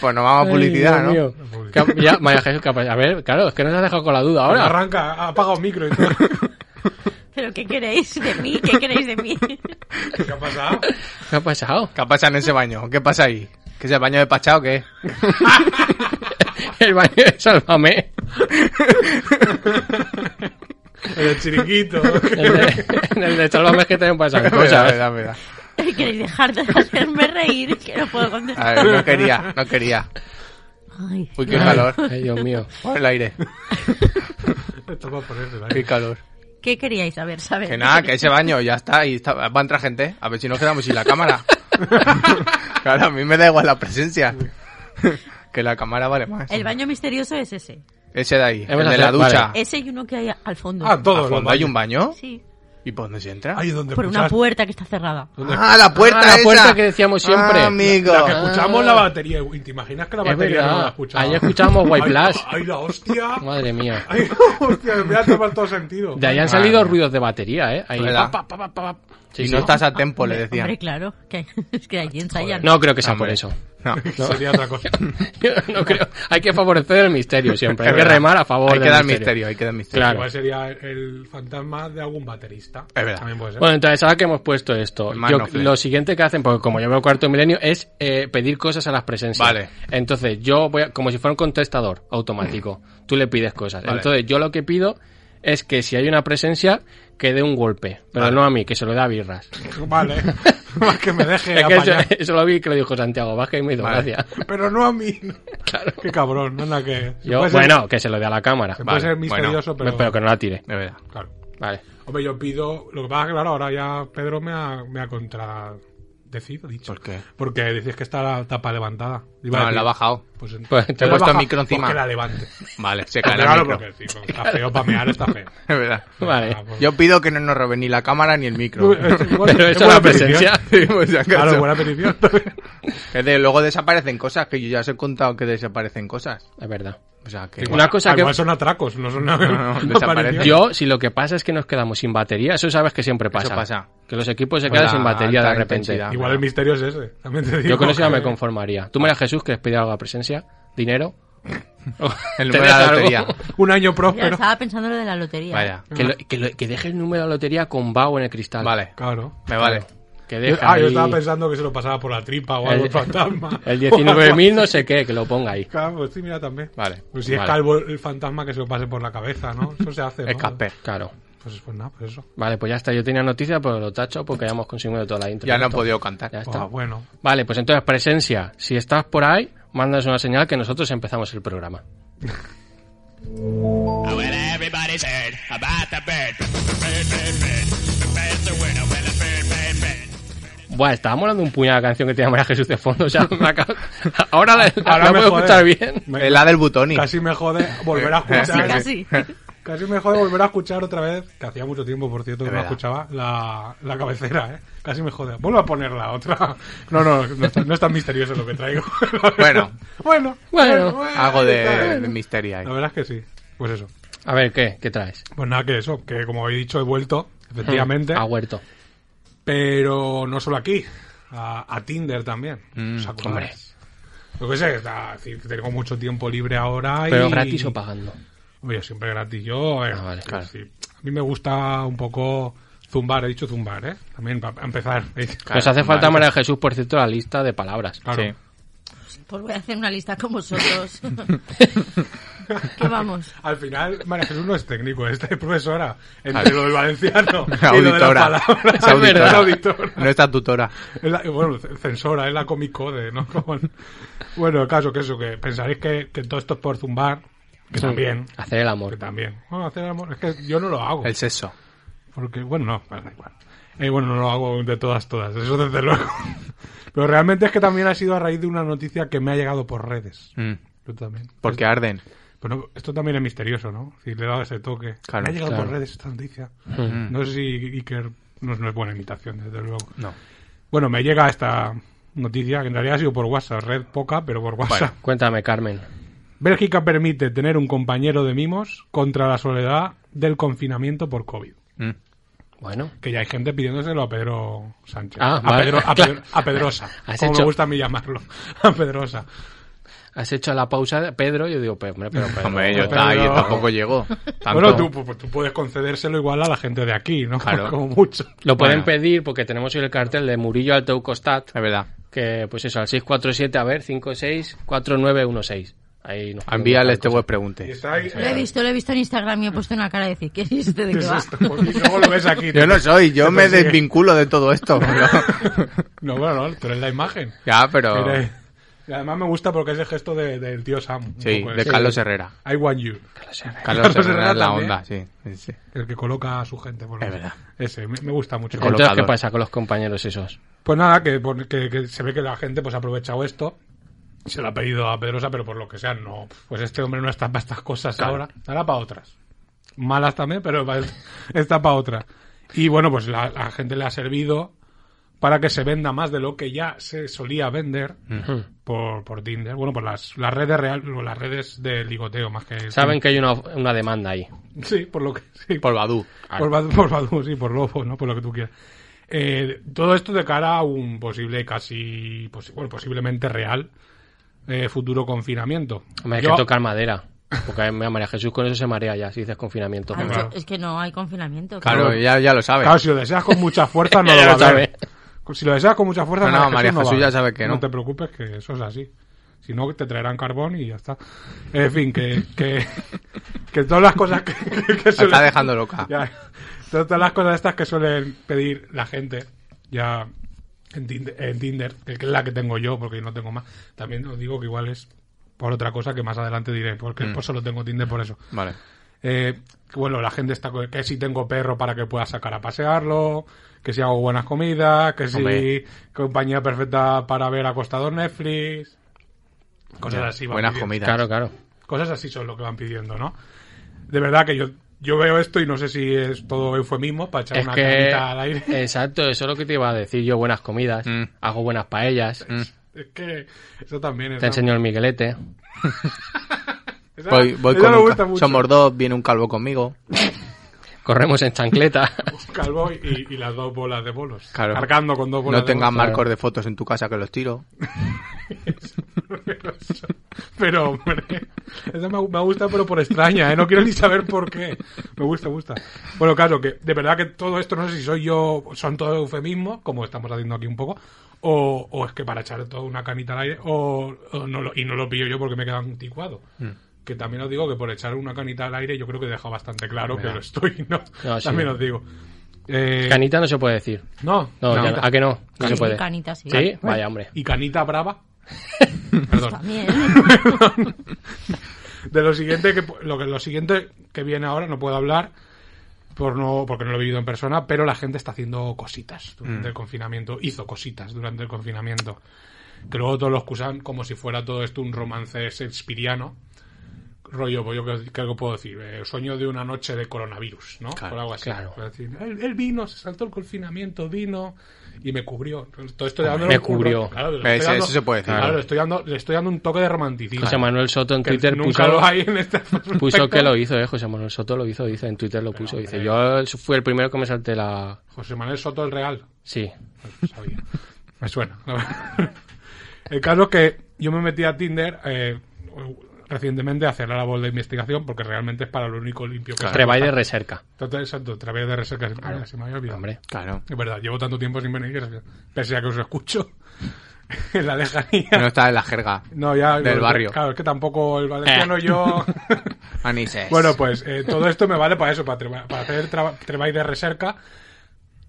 E: Pues nos vamos a publicidad,
C: Ay,
E: ¿no?
C: Dios mío. ¿Qué ha- ya, María Jesús, ¿qué ha pasado? a ver, claro, es que nos has dejado con la duda ahora.
D: Arranca, ha apagado micro y todo.
F: ¿Pero qué queréis de mí? ¿Qué queréis
E: [LAUGHS]
F: de mí?
D: ¿Qué ha pasado?
C: ¿Qué ha pasado? [LAUGHS]
E: ¿Qué pasa en ese baño? ¿Qué pasa ahí? ¿Que es el baño de Pachá o qué?
C: El baño de
E: [LAUGHS]
C: Sálvame.
D: En el chiriquito.
C: El de, en el de Sálvame es que también
E: [LAUGHS]
C: pasan
E: Mira,
C: cosas. ¿eh?
E: mira, mira.
F: ¿Queréis dejar de hacerme reír? Que no puedo
E: A
F: contestar.
E: ver, no quería, no quería.
F: Ay.
E: Uy, qué calor.
C: Ay, Dios mío.
E: Por el aire.
D: Esto va a ponerse la
E: Qué calor.
F: ¿Qué queríais saber? saber?
E: Que nada, que ese baño ya está y está, va a entrar gente. A ver si nos quedamos sin la cámara. [LAUGHS] claro, a mí me da igual la presencia. [LAUGHS] que la cámara vale más.
F: El baño misterioso es ese.
E: Ese de ahí,
C: Hemos
E: el de la
C: hacer-
E: ducha.
C: vale.
F: Ese y uno que hay al fondo.
D: Ah,
E: ¿A
D: todos los
E: fondo hay un
D: baños.
E: baño?
F: Sí.
E: ¿Y por dónde se entra?
D: Ahí donde
F: Por una
D: escuchas-
F: puerta que está cerrada.
E: Ah, la puerta
C: Ah, la
E: esa.
C: puerta que decíamos siempre.
E: Ah, amigo.
D: La que escuchamos la batería. Uy, ¿Te imaginas que la
C: Es
D: batería no la
C: verdad.
D: escuchamos?
C: Ahí escuchamos White
D: Ay,
C: Blast.
D: Ay, la hostia.
C: [LAUGHS] Madre mía.
D: Ay, la hostia, me ha tomado todo sentido.
C: De ahí han
E: Madre
C: salido
E: mía.
C: ruidos de batería, ¿eh? Ahí,
E: ¿Verdad?
C: pa, pa, pa, pa, pa. Sí,
E: y
C: sí.
E: no estás a tiempo, le decía.
F: Hombre, claro. Que, [LAUGHS] es que allí ensayan.
C: No creo que sea por
E: Hombre.
C: eso. [LAUGHS]
E: No.
D: Sería otra cosa.
C: Yo no creo. Hay que favorecer el misterio siempre.
E: [LAUGHS]
C: Hay
E: Es
C: que
E: verdad.
C: remar a favor
E: Hay que
C: del
E: dar
C: misterio.
E: misterio, hay que dar misterio.
C: Claro.
D: Igual sería el fantasma de algún baterista.
E: Es verdad.
D: También puede ser.
C: Bueno, entonces ahora que hemos puesto esto,
E: El Man
C: yo-
E: of Flame.
C: lo siguiente que hacen, porque como yo veo cuarto milenio, es eh, pedir cosas a las presencias.
E: Vale.
C: Entonces yo voy a- como si fuera un contestador
E: [LAUGHS]
C: automático, tú le pides cosas.
E: Vale.
C: Entonces yo lo que pido es que si hay una presencia, que dé un golpe, pero
E: Vale.
C: no a mí, que se lo da
E: [LAUGHS]
C: a Birras. [LAUGHS]
D: Vale. [LAUGHS] Más que me deje
C: Es que eso, [LAUGHS]
D: apañar.
C: eso lo vi que lo dijo Santiago Vázquez y me hizo
E: Vale. [LAUGHS]
C: gracia.
D: Pero no a mí.
C: [LAUGHS] Claro.
D: Qué cabrón. Anda que... se
C: Yo,
D: puede ser-
C: bueno, que se lo dé a la cámara.
D: se puede
C: Vale.
D: ser
E: bueno.
D: misterioso,
C: Pero...
D: pero...
C: que no la tire.
E: De verdad.
D: Claro.
C: Vale.
D: Hombre, yo pido... Lo que pasa es que, claro, ahora ya Pedro me ha, me ha contradecido, dicho.
E: ¿Por qué?
D: Porque decís que está la tapa levantada. Iba a
E: No,
D: decir,
E: la ha bajado.
D: Pues,
C: Ah, Pues te he
D: la
E: puesto el
D: baja
E: micro encima.
D: Porque la
C: [LAUGHS]
D: levante.
E: Vale, [LAUGHS] se cae el
D: Claro,
E: micro.
D: porque sí, pues, está feo pamear, está feo.
E: Es verdad.
C: [LAUGHS] Vale.
D: Ah, pues-
E: Yo pido que no nos roben ni la cámara ni el
C: [LAUGHS]
E: micro. [LAUGHS]
C: Pero
D: Es
C: eso es
D: buena
C: la
D: petición.
C: presencia.
E: Sí, por si acaso.
C: [LAUGHS]
D: Claro, buena petición.
E: Que de- luego desaparecen cosas, que yo ya os he contado que desaparecen cosas.
C: Es verdad.
E: O sea, que...
C: Una cosa
D: Ah,
C: que-
D: Igual son atracos, no son nada.
E: No,
D: [LAUGHS] no
E: no, desaparece.
D: aparición.
C: Yo, si lo que pasa es que nos quedamos sin batería, eso sabes que siempre pasa.
E: pasa.
C: Que los equipos se
E: Con
C: quedan
E: la
C: sin batería de
E: alta
C: repente.
E: intensidad.
D: Igual el misterio es ese. También te digo.
C: Yo con eso ya me
D: que-
C: conformaría. Tú, María Jesús, que pide algo a presencia, dinero.
E: [LAUGHS] El
C: [LAUGHS]
E: número de
C: ¿Te
E: la
C: deja algo?
E: lotería.
D: Un año
F: Ya
D: próspero.
F: estaba pensando lo de la lotería.
E: Vaya.
C: Que, lo- que lo- que deje el número de la lotería con Bao en el cristal.
E: Vale,
D: Claro.
E: me vale.
C: Que
D: Yo-
C: deje
D: ah, yo
C: ahí
D: estaba pensando que se lo pasaba por la tripa o algo, el fantasma.
C: [LAUGHS] el 19.000 no sé qué, que lo ponga ahí.
D: [LAUGHS] Claro, pues sí, mira también.
E: Vale.
D: Pues si
C: Vale.
D: es calvo el fantasma que se lo pase por la cabeza, ¿no? Eso se hace. ¿no?
E: Es Casper.
C: Claro.
D: Pues, pues nada, pues eso.
C: Vale, pues ya está. Yo tenía noticia, pero lo tacho porque ya hemos consumido toda la intro.
E: Ya no he
C: Entonces,
E: podido cantar.
C: Ya
D: Ah,
C: está.
D: bueno.
C: Vale, pues entonces, presencia. Si estás por ahí,
G: [LAUGHS]
C: mándanos una señal que nosotros empezamos el programa.
G: Well, everybody always heard about the bird. Bird, bird, bird. The bird's a winner. Well, the bird, bird, bird.
C: Buah, estaba molando un puñado la canción que tenía María Jesús de fondo. O sea, me
D: [LAUGHS]
C: acabo- ahora la, [LAUGHS] la-
D: Ahora
C: la
D: me
C: puedo
D: jode.
C: escuchar bien.
D: Me-
E: Es la del Butoni.
D: Casi me jode volver a escuchar.
F: Casi.
D: Casi me jode volver a escuchar otra vez, que hacía mucho tiempo, por cierto, que
E: Es
D: no
E: verdad.
D: escuchaba la, la cabecera, ¿eh? Casi me jode. Vuelvo a poner la otra. No, no, no, es tan- no es tan misterioso lo que traigo.
E: Bueno.
D: bueno,
C: Bueno,
E: Algo de, de
D: bueno.
E: misterio ahí. [LAUGHS]
D: La verdad es que sí. Pues eso.
C: A ver, ¿qué? ¿Qué traes?
D: Pues nada, que eso, que como he dicho, he vuelto, efectivamente.
C: A huerto.
D: Pero no solo aquí, a, a Tinder también. ¿Os acordáis?
C: hombre.
D: Lo que sé, está- es decir, que tengo mucho tiempo libre ahora. y-
C: ¿Pero gratis o pagando?
D: Oye, siempre gratis. Yo, a ver,
C: Ah, vale,
D: que
C: claro.
D: sí. a mí me gusta un poco zumbar, he dicho zumbar, ¿eh? También para empezar.
C: Nos hace falta María Jesús, por cierto, la lista de palabras.
D: [LAUGHS] Claro.
E: Sí.
F: Pues voy a hacer una lista
E: [LAUGHS]
F: con vosotros. que vamos.
D: [LAUGHS] Al final, María Jesús no es técnico, es de profesora. Entre lo del
E: [LAUGHS]
D: valenciano y lo de las
E: Auditora.
D: palabras. [LAUGHS]
E: Es auditora.
D: Es auditora.
E: No está tutora.
D: Es la- bueno, c- censora, es la Comic Code, ¿no? [LAUGHS] Como- bueno, el caso que eso, que pensaréis que, que todo esto es por zumbar, que también,
C: Hacer el
D: que
C: amor.
D: también. Bueno, hacer amor, es que yo no lo hago,
E: El sexo.
D: porque, bueno, no, bueno, da igual. Eh, bueno, no lo hago de todas, todas, eso desde [LAUGHS] luego. Pero realmente es que también ha sido a raíz de una noticia que me ha llegado por redes.
E: Mm.
D: Yo también.
E: Porque arden.
D: Pero esto también es misterioso, ¿no? Si le he dado ese toque.
E: Claro,
D: me ha llegado por
C: claro.
D: redes esta noticia.
C: Mm.
D: No sé si Iker no, es- no es buena imitación, desde luego.
E: No.
D: Bueno, me llega esta noticia, que en realidad ha sido por WhatsApp, red poca, pero por WhatsApp.
C: Cuéntame, Carmen.
D: Bélgica permite tener un compañero de mimos contra la soledad del confinamiento por COVID.
E: Mm.
C: Bueno,
D: Que ya hay gente pidiéndoselo a Pedro Sánchez.
C: Ah,
D: a,
C: vale,
D: Pedro-
E: [LAUGHS]
D: a
C: claro.
D: Pedro- a Pedrosa.
C: Has
D: Como
C: hecho-
D: me gusta a mí llamarlo. [LAUGHS] A Pedrosa.
C: has hecho la pausa de Pedro. Yo digo, pero, hombre,
E: [LAUGHS]
C: pero, Pedro,
E: Hombre, yo,
C: pero-
E: estaba- yo tampoco llego. Tanto.
D: Bueno, tú, pues, tú puedes concedérselo igual a la gente de aquí, ¿no?
E: Claro.
D: [LAUGHS] Como mucho.
C: Lo pueden
E: Bueno.
C: pedir porque tenemos hoy el cartel de Murillo al Teu Costat,
E: Es verdad.
C: que pues eso, al 647, a ver, 564916. Ahí nos pueden
E: Envíale
C: dejar
E: este
C: cosas.
E: web pregunte.
D: Y está ahí.
F: Lo he visto, lo he visto en Instagram y he puesto una cara de decir, ¿qué es esto? ¿De
D: ¿Qué
F: qué
D: es
F: va?
D: esto? [LAUGHS] Y luego lo ves aquí.
E: Yo no soy, yo
D: Te
E: me
D: persigue.
E: desvinculo de
D: [LAUGHS]
E: todo esto. pero-
D: No, bueno, no, tú eres la imagen.
E: ya, pero.
D: Eres- Y además me gusta porque es el gesto de- del tío Sam. un
E: Sí,
D: poco
E: de
D: ese.
E: Carlos Herrera.
D: I want you.
E: Carlos
D: Carlos
E: Herrera es la
D: también.
E: onda, sí. sí, sí.
D: El que coloca a su gente. Por lo
E: Es
D: menos.
E: verdad.
D: Ese, me, me gusta mucho.
E: Colo-
C: Entonces, ¿qué
E: colocador.
C: pasa con los compañeros esos?
D: Pues nada, que, por- que- que se ve que la gente pues ha aprovechado esto. Se lo ha pedido a Pedrosa, pero por lo que sea, no. Pues este hombre no está para estas cosas ahora. Estará para otras. Malas también, pero pa- [LAUGHS] está para otras. Y bueno, pues la, la gente le ha servido para que se venda más de lo que ya se solía vender por, por Tinder. Bueno, por las, las redes real, o las redes de ligoteo más que...
C: Saben que hay una, una demanda ahí.
D: [LAUGHS] Sí, por lo que... Sí,
E: Por Badú.
D: por, Badu, [LAUGHS] por Badu, sí, por Lobo, ¿no? Por lo que tú quieras. Eh, todo esto de cara a un posible, casi, posi- bueno, posiblemente real eh, futuro confinamiento.
C: Hombre, hay
D: Yo-
C: que tocar madera. Porque mira, María Jesús con eso se marea ya, si dices confinamiento.
F: Ah, yo-
D: Claro.
F: Es que no hay confinamiento.
E: Claro, ya, ya lo sabe.
D: Claro, si lo deseas con mucha
E: [LAUGHS]
D: fuerza, no
C: Ya
D: lo
C: lo
D: va a
C: sabe.
D: ver. Si lo deseas con mucha fuerza,
E: No, no, María
D: va a
E: Jesús ya
D: ver.
E: sabe que no.
D: No te preocupes, que eso es así. Si no, te traerán carbón y ya está. En fin, que, que, [LAUGHS] que todas las cosas que, [LAUGHS] que
E: La está
D: suelen-
E: dejando loca.
D: Ya, todas las cosas estas que suelen pedir la gente ya en Tinder, en Tinder, que es la que tengo yo, porque no tengo más. También os digo que igual es por otra cosa que más adelante diré, porque
E: Mm.
D: pues solo tengo Tinder por eso.
E: Vale.
D: Eh, bueno, la gente está con- que si tengo perro para que pueda sacar a pasearlo, que si hago buenas comidas, que si
E: Hombre.
D: compañía perfecta para ver acostados Netflix, cosas
E: Ya,
D: así. van
E: Buenas
D: pidiendo.
E: comidas.
C: Claro, claro.
D: Cosas así son lo que van pidiendo, ¿no? De verdad que yo, yo veo esto y no sé si es todo eufemismo para echar
C: Es
D: una
C: que.
D: carita al aire. [LAUGHS]
C: [LAUGHS] Exacto, eso es lo que te iba a decir yo. Buenas comidas,
E: Mm.
C: hago buenas paellas,
D: Es que eso también es.
C: te enseño el miguelete.
D: Esa-
E: Voy, voy
D: esa
E: con
D: me
E: un
D: gusta
E: ca-
D: mucho.
E: Somos dos, viene un calvo conmigo.
C: Corremos
D: [LAUGHS]
C: en chancleta.
D: Calvo y, y las dos bolas de bolos.
E: Claro.
D: Cargando con dos bolas
E: No
D: de
E: tengas
D: bolos.
E: marcos de fotos en tu casa que los tiro.
D: [LAUGHS] Pero, hombre, esa me, me gusta, pero por extraña, ¿eh? No quiero ni saber por qué. Me gusta, me gusta. Bueno, claro, que de verdad que todo esto, no sé si soy yo, son todos eufemismos, como estamos haciendo aquí un poco, o, o es que para echar toda una canita al aire, o, o no lo- y no lo pillo yo porque me queda anticuado.
C: Mm.
D: Que también os digo que por echar una canita al aire yo creo que he dejado bastante claro que lo estoy, [LAUGHS] ¿no?
C: No, sí.
D: También os digo. Eh,
C: Canita no se puede decir.
D: no,
C: No, ya-
D: canita.
C: ¿a que no? No se
F: Sí,
C: puede.
F: canita, sí.
C: Sí, [LAUGHS] vaya hombre.
D: ¿Y canita brava? Perdón.
F: También.
D: de lo siguiente que lo que lo siguiente que viene ahora no puedo hablar por no porque no lo he vivido en persona, pero la gente está haciendo cositas durante el confinamiento, hizo cositas durante el confinamiento. Que luego todos lo excusan como si fuera todo esto un romance shakespeariano. Rollo, pues yo creo- creo que puedo decir, eh, sueño de una noche de coronavirus, ¿no?
C: Claro,
D: Por algo así.
C: claro.
D: Por decir, él, él vino, se saltó el confinamiento, vino y me cubrió. Todo esto
C: Hombre,
D: dándole
C: me
D: un curro.
C: cubrió.
D: Claro, le
E: Ese-
D: estoy dando-
E: eso se puede decir.
D: Claro,
C: Claro.
D: le estoy dando, le estoy dando un toque de romanticismo.
C: José Manuel Soto en
D: que
C: Twitter
D: nunca
C: puso,
D: lo hay en este
C: [LAUGHS] puso
D: aspecto.
C: que lo hizo, eh. José Manuel Soto lo hizo, dice, en Twitter lo puso. Dice, yo fui el primero que me salté la...
D: José Manuel Soto el Real.
C: Sí,
D: Lo sabía. Me suena. la verdad. [LAUGHS] El caso es que yo me metí a Tinder eh, recientemente a hacer la labor de investigación porque realmente es para lo único limpio que se
C: Treball de
D: usa.
C: recerca.
D: Entonces, exacto, Treball de reserva. Mira, se me había olvidado.
C: Hombre,
E: Claro.
D: Es verdad, llevo tanto tiempo sin venir que pese a que os escucho [LAUGHS] en la lejanía.
E: No está en la jerga.
D: No, ya,
E: Del barrio.
D: Claro, es que tampoco
C: Eh.
D: el valenciano
C: [LAUGHS]
D: yo.
E: Anises.
D: Bueno, pues eh, todo esto me vale para eso, para, treba- para hacer traba- treball de recerca.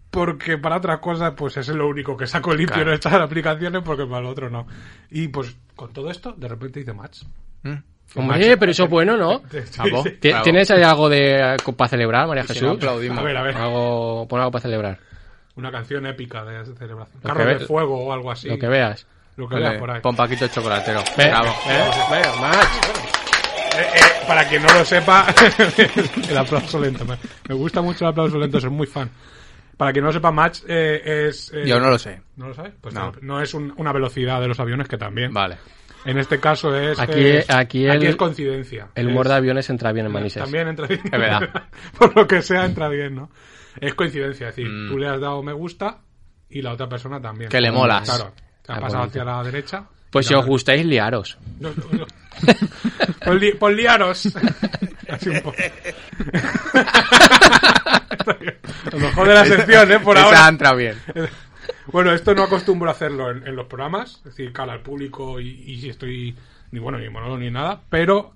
D: Porque para otras cosas, pues es lo único que saco limpio en estas aplicaciones, porque para lo otro no. Y pues con todo esto, de repente hice match.
E: Mm.
C: Hombre, pero eso es bueno, ¿no?
D: [LAUGHS]
E: Bravo,
D: Sí, sí.
C: ¿Ti-
E: bravo.
C: ¿Tienes ahí algo de eh, para celebrar, María
E: Si no,
C: Jesús?
E: aplaudimos.
D: A ver, a ver.
C: Algo, pon algo para celebrar.
D: Una canción épica de celebración.
C: que
D: Carro de
C: ve-
D: fuego o algo así.
C: Lo que veas.
D: Lo que
E: Ole,
D: veas por ahí.
E: Pon Paquito el chocolatero.
C: Ve-
E: Bravo. ¿Eh?
C: ve- ve, Max.
D: Eh, eh, para quien no lo sepa, [LAUGHS] el aplauso lento. Me me gusta mucho el aplauso lento, soy muy fan. Para quien no lo sepa, match eh, es. eh,
E: Yo no lo sé.
D: ¿No lo sabes? Pues
E: No.
D: no, no es un- una velocidad de los aviones que también.
E: Vale.
D: En este caso es.
C: Aquí-
D: eh,
C: aquí el-
D: es coincidencia.
C: El humor
D: Es-
C: de aviones entra bien en Manises.
D: También entra bien.
E: verdad.
D: [LAUGHS] Por lo que sea, entra bien, ¿no? Es coincidencia, es decir,
E: Mm.
D: tú le has dado me gusta y la otra persona también.
E: Que le molas.
D: Claro. Te has
C: Ah,
D: pasado
C: bonito.
D: hacia la derecha.
C: Pues
D: y
C: si
D: la-
C: os gustáis, liaros.
D: No, no, [LAUGHS] no. Por, li- por liaros. Así un poco. [LAUGHS] Lo mejor de la sección, ¿eh? Por
E: Esa
D: ahora.
E: entra bien.
D: Bueno, esto no acostumbro a hacerlo en, en los programas, es decir, cara al público y, y si estoy ni bueno ni monólogo ni nada, pero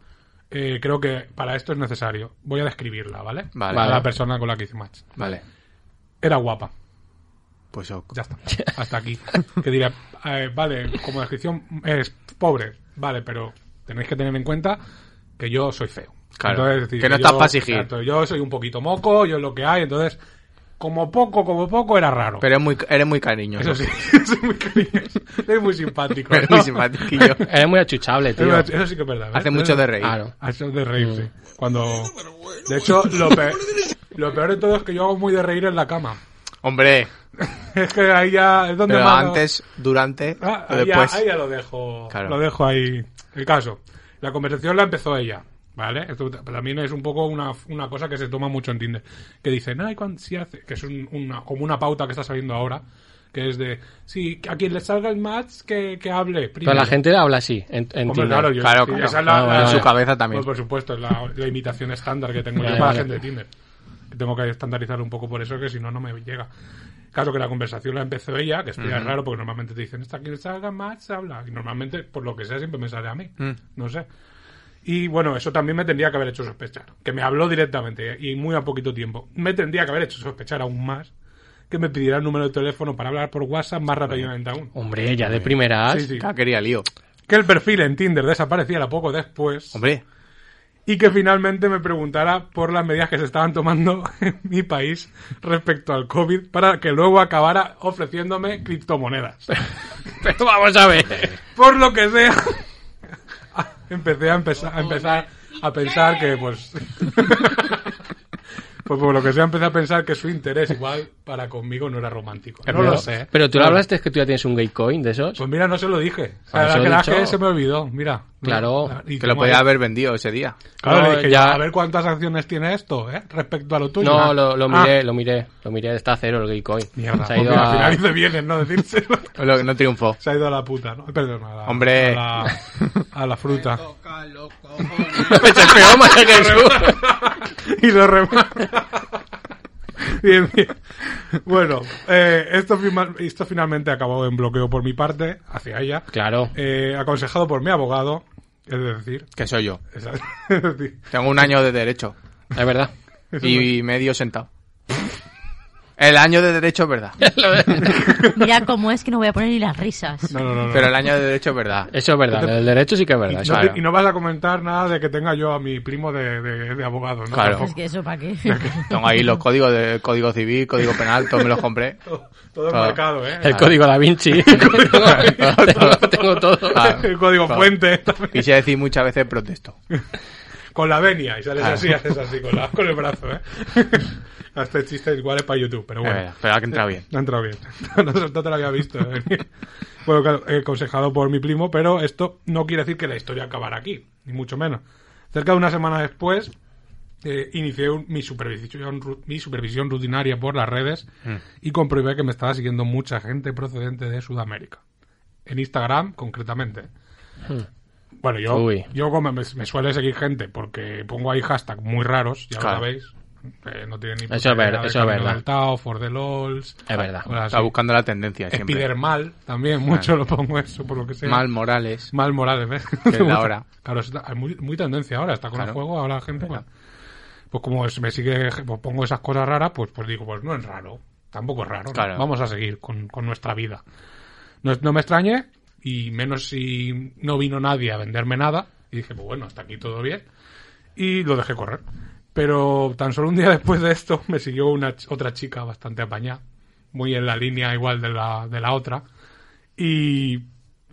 D: eh, creo que para esto es necesario. Voy a describirla, ¿vale?
E: Vale.
D: A la
C: Vale.
D: persona con la que hice match.
E: Vale.
D: Era guapa,
E: Pues ok.
D: ya está, hasta aquí. Que dirá, eh, vale, como descripción es pobre, vale, pero tenéis que tener en cuenta que yo soy feo.
E: Claro,
D: es decir,
E: que no
D: yo-
E: estás pa' exigir.
D: exacto, yo soy un poquito moco, yo es lo que hay, entonces, como poco, como poco, era raro.
E: Pero es muy, eres muy cariñoso.
D: Eso sí, [LAUGHS] es muy cariñoso, es muy simpático.
E: [LAUGHS] Eres
D: ¿no?
E: muy simpatiquillo.
C: Eres muy achuchable,
D: Es
C: tío.
D: verdad, Eso sí que es verdad. ¿ves?
E: Hace mucho de reír. Mm.
C: Claro.
D: Hace de reír, sí. Cuando... De hecho, lo peor, lo peor de todo es que yo hago muy de reír en la cama. [LAUGHS]
E: Hombre,
D: Es que ahí ya es donde
E: pero
D: más...
E: antes, durante
D: Ah,
E: o
D: ahí, ya,
E: después.
D: ahí ya lo dejo.
E: Claro.
D: Lo dejo ahí. El caso. La conversación la empezó ella. ¿Vale? Esto ta- también es un poco una, una cosa que se toma mucho en Tinder. Que dicen, ay, cuan- si hace. Que es un- una, como una pauta que está saliendo ahora. Que es de, sí, a quien le salga el match, que, que hable.
C: Pero
D: Primero.
C: la gente habla así, en, en
D: Hombre,
C: Tinder.
D: claro, yo-
E: Claro,
D: sí,
E: claro.
D: esa es la-
C: Ah,
D: la-
C: vale,
E: en su
C: vale.
E: cabeza también.
D: Pues, por supuesto, es la, la imitación estándar que tengo yo
C: Vale,
D: para
C: vale.
D: la gente de Tinder. Que Tengo que estandarizar un poco por eso, que si no, no me llega. Claro que la conversación la empezó ella, que esto ya es raro porque normalmente te dicen, esta quien salga más habla. Y normalmente, por lo que sea, siempre me sale a mí.
E: Mm.
D: No sé. Y bueno, eso también me tendría que haber hecho sospechar. Que me habló directamente y muy a poquito tiempo. Me tendría que haber hecho sospechar aún más que me pidiera el número de teléfono para hablar por WhatsApp más rápidamente aún.
C: Hombre, ya de primeras.
D: Sí, sí.
E: Ya quería lío.
D: Que el perfil en Tinder desapareciera poco después.
E: Hombre,
D: y que finalmente me preguntara por las medidas que se estaban tomando [LAUGHS] en mi país respecto al COVID para que luego acabara ofreciéndome criptomonedas.
C: [LAUGHS] Pero vamos a ver.
D: Por lo que sea, [LAUGHS] empecé a empezar a, empezar a pensar que pues... [LAUGHS] Pues por lo que sea empecé a pensar que su interés igual para conmigo no era romántico. No
C: pero,
D: lo sé.
C: Pero tú le
D: Claro.
C: hablaste es que tú ya tienes un gay coin de esos.
D: Pues mira, no se lo dije. O sea,
C: Por eso
D: la
C: he
D: verdad
C: dicho.
D: que se me olvidó, mira.
C: Claro,
D: Y
E: que lo
D: como-
E: podía haber vendido
D: [LAUGHS]
E: ese día.
D: Claro,
C: No,
D: le dije,
C: ya-
D: a ver cuántas acciones tiene esto, ¿eh? Respecto a lo tuyo.
C: No, lo, lo
D: Ah,
C: miré, lo miré, lo miré, está a cero el gay coin.
D: Mierda,
C: Se ha ido
D: porque al
C: a- [LAUGHS]
D: final hice bien en no decírselo. [LAUGHS]
E: Lo- No triunfó.
D: Se ha ido a la puta, ¿no? Perdón, a la,
E: Hombre.
D: A la, a la fruta.
E: [LAUGHS] Se pegó María
D: [LAUGHS]
E: Jesús.
D: y lo remata. bien, bien. Bueno, eh, esto, fima- esto finalmente acabó en bloqueo por mi parte, hacia ella.
C: Claro.
D: Eh, aconsejado por mi abogado, es decir...
E: Que soy yo.
D: es- [LAUGHS] es decir, [LAUGHS]
E: Tengo un año de derecho.
C: Es verdad.
E: Y medio sentado. El año de derecho es verdad.
F: Mira cómo es que no voy a poner ni las risas.
D: No, no, no. no.
E: Pero el año de derecho es verdad.
C: Eso es verdad, el derecho sí que es verdad.
D: y,
C: eso
D: no,
C: es
D: y
C: verdad.
D: no vas a comentar nada de que tenga yo a mi primo de, de- de abogado, ¿no?
E: Claro.
F: Es que eso, ¿para qué?
E: Tengo ahí los códigos de código civil, código penal, todos me los compré.
D: Todo, todo
E: Claro.
D: marcado, ¿eh?
C: El código da Vinci.
D: [LAUGHS]
C: [LAUGHS] tengo, tengo todo.
E: Ah,
D: El código
E: claro.
D: fuente. también.
E: Quise decir muchas veces protesto.
D: Con la venia. Y sales
E: Claro.
D: así, haces así con, la- con el brazo,
E: [LAUGHS]
D: ¿eh? este chiste igual es para YouTube, pero
E: Es
D: bueno.
E: verdad, pero ha entrado bien.
D: No ha entrado bien. [LAUGHS] No, no te lo había visto.
C: [LAUGHS]
D: venir. bueno, claro, eh, aconsejado por mi primo, pero esto no quiere decir que la historia acabara aquí, ni mucho menos. Cerca de una semana después, eh, inicié un- mi, supervisión, ru- mi supervisión rutinaria por las redes
C: Mm.
D: y comprobé que me estaba siguiendo mucha gente procedente de Sudamérica. En Instagram, concretamente. Bueno, yo,
C: Mm. Uy.
D: yo como me, me suele seguir gente porque pongo ahí hashtags muy raros, ya
E: Claro.
D: lo sabéis. eh, no tiene ni
C: Eso es ver-
D: idea de
C: eso es
D: Camino
C: verdad.
D: del Tao, For the LOLs,
C: Es verdad.
D: cosas
E: Ah, Está
D: así.
E: buscando la tendencia siempre.
D: Epidermal, también, mucho lo pongo eso, por lo que sea.
E: Mal Morales.
D: Mal Morales, ¿ves?
E: es
D: [LAUGHS]
E: la hora.
D: Claro, está- hay muy, muy tendencia ahora, está con
E: Claro.
D: el juego, ahora la gente, pues, pues como es- me sigue, pues pongo esas cosas raras, pues, pues digo, pues no es raro, tampoco es raro. ¿no?
E: Claro.
D: Vamos a seguir con, con nuestra vida. No, no me extrañe, y menos si no vino nadie a venderme nada, y dije, pues bueno, hasta aquí todo bien, y lo dejé correr. Pero tan solo un día después de esto me siguió una ch- otra chica bastante apañada, muy en la línea igual de la, de la otra, y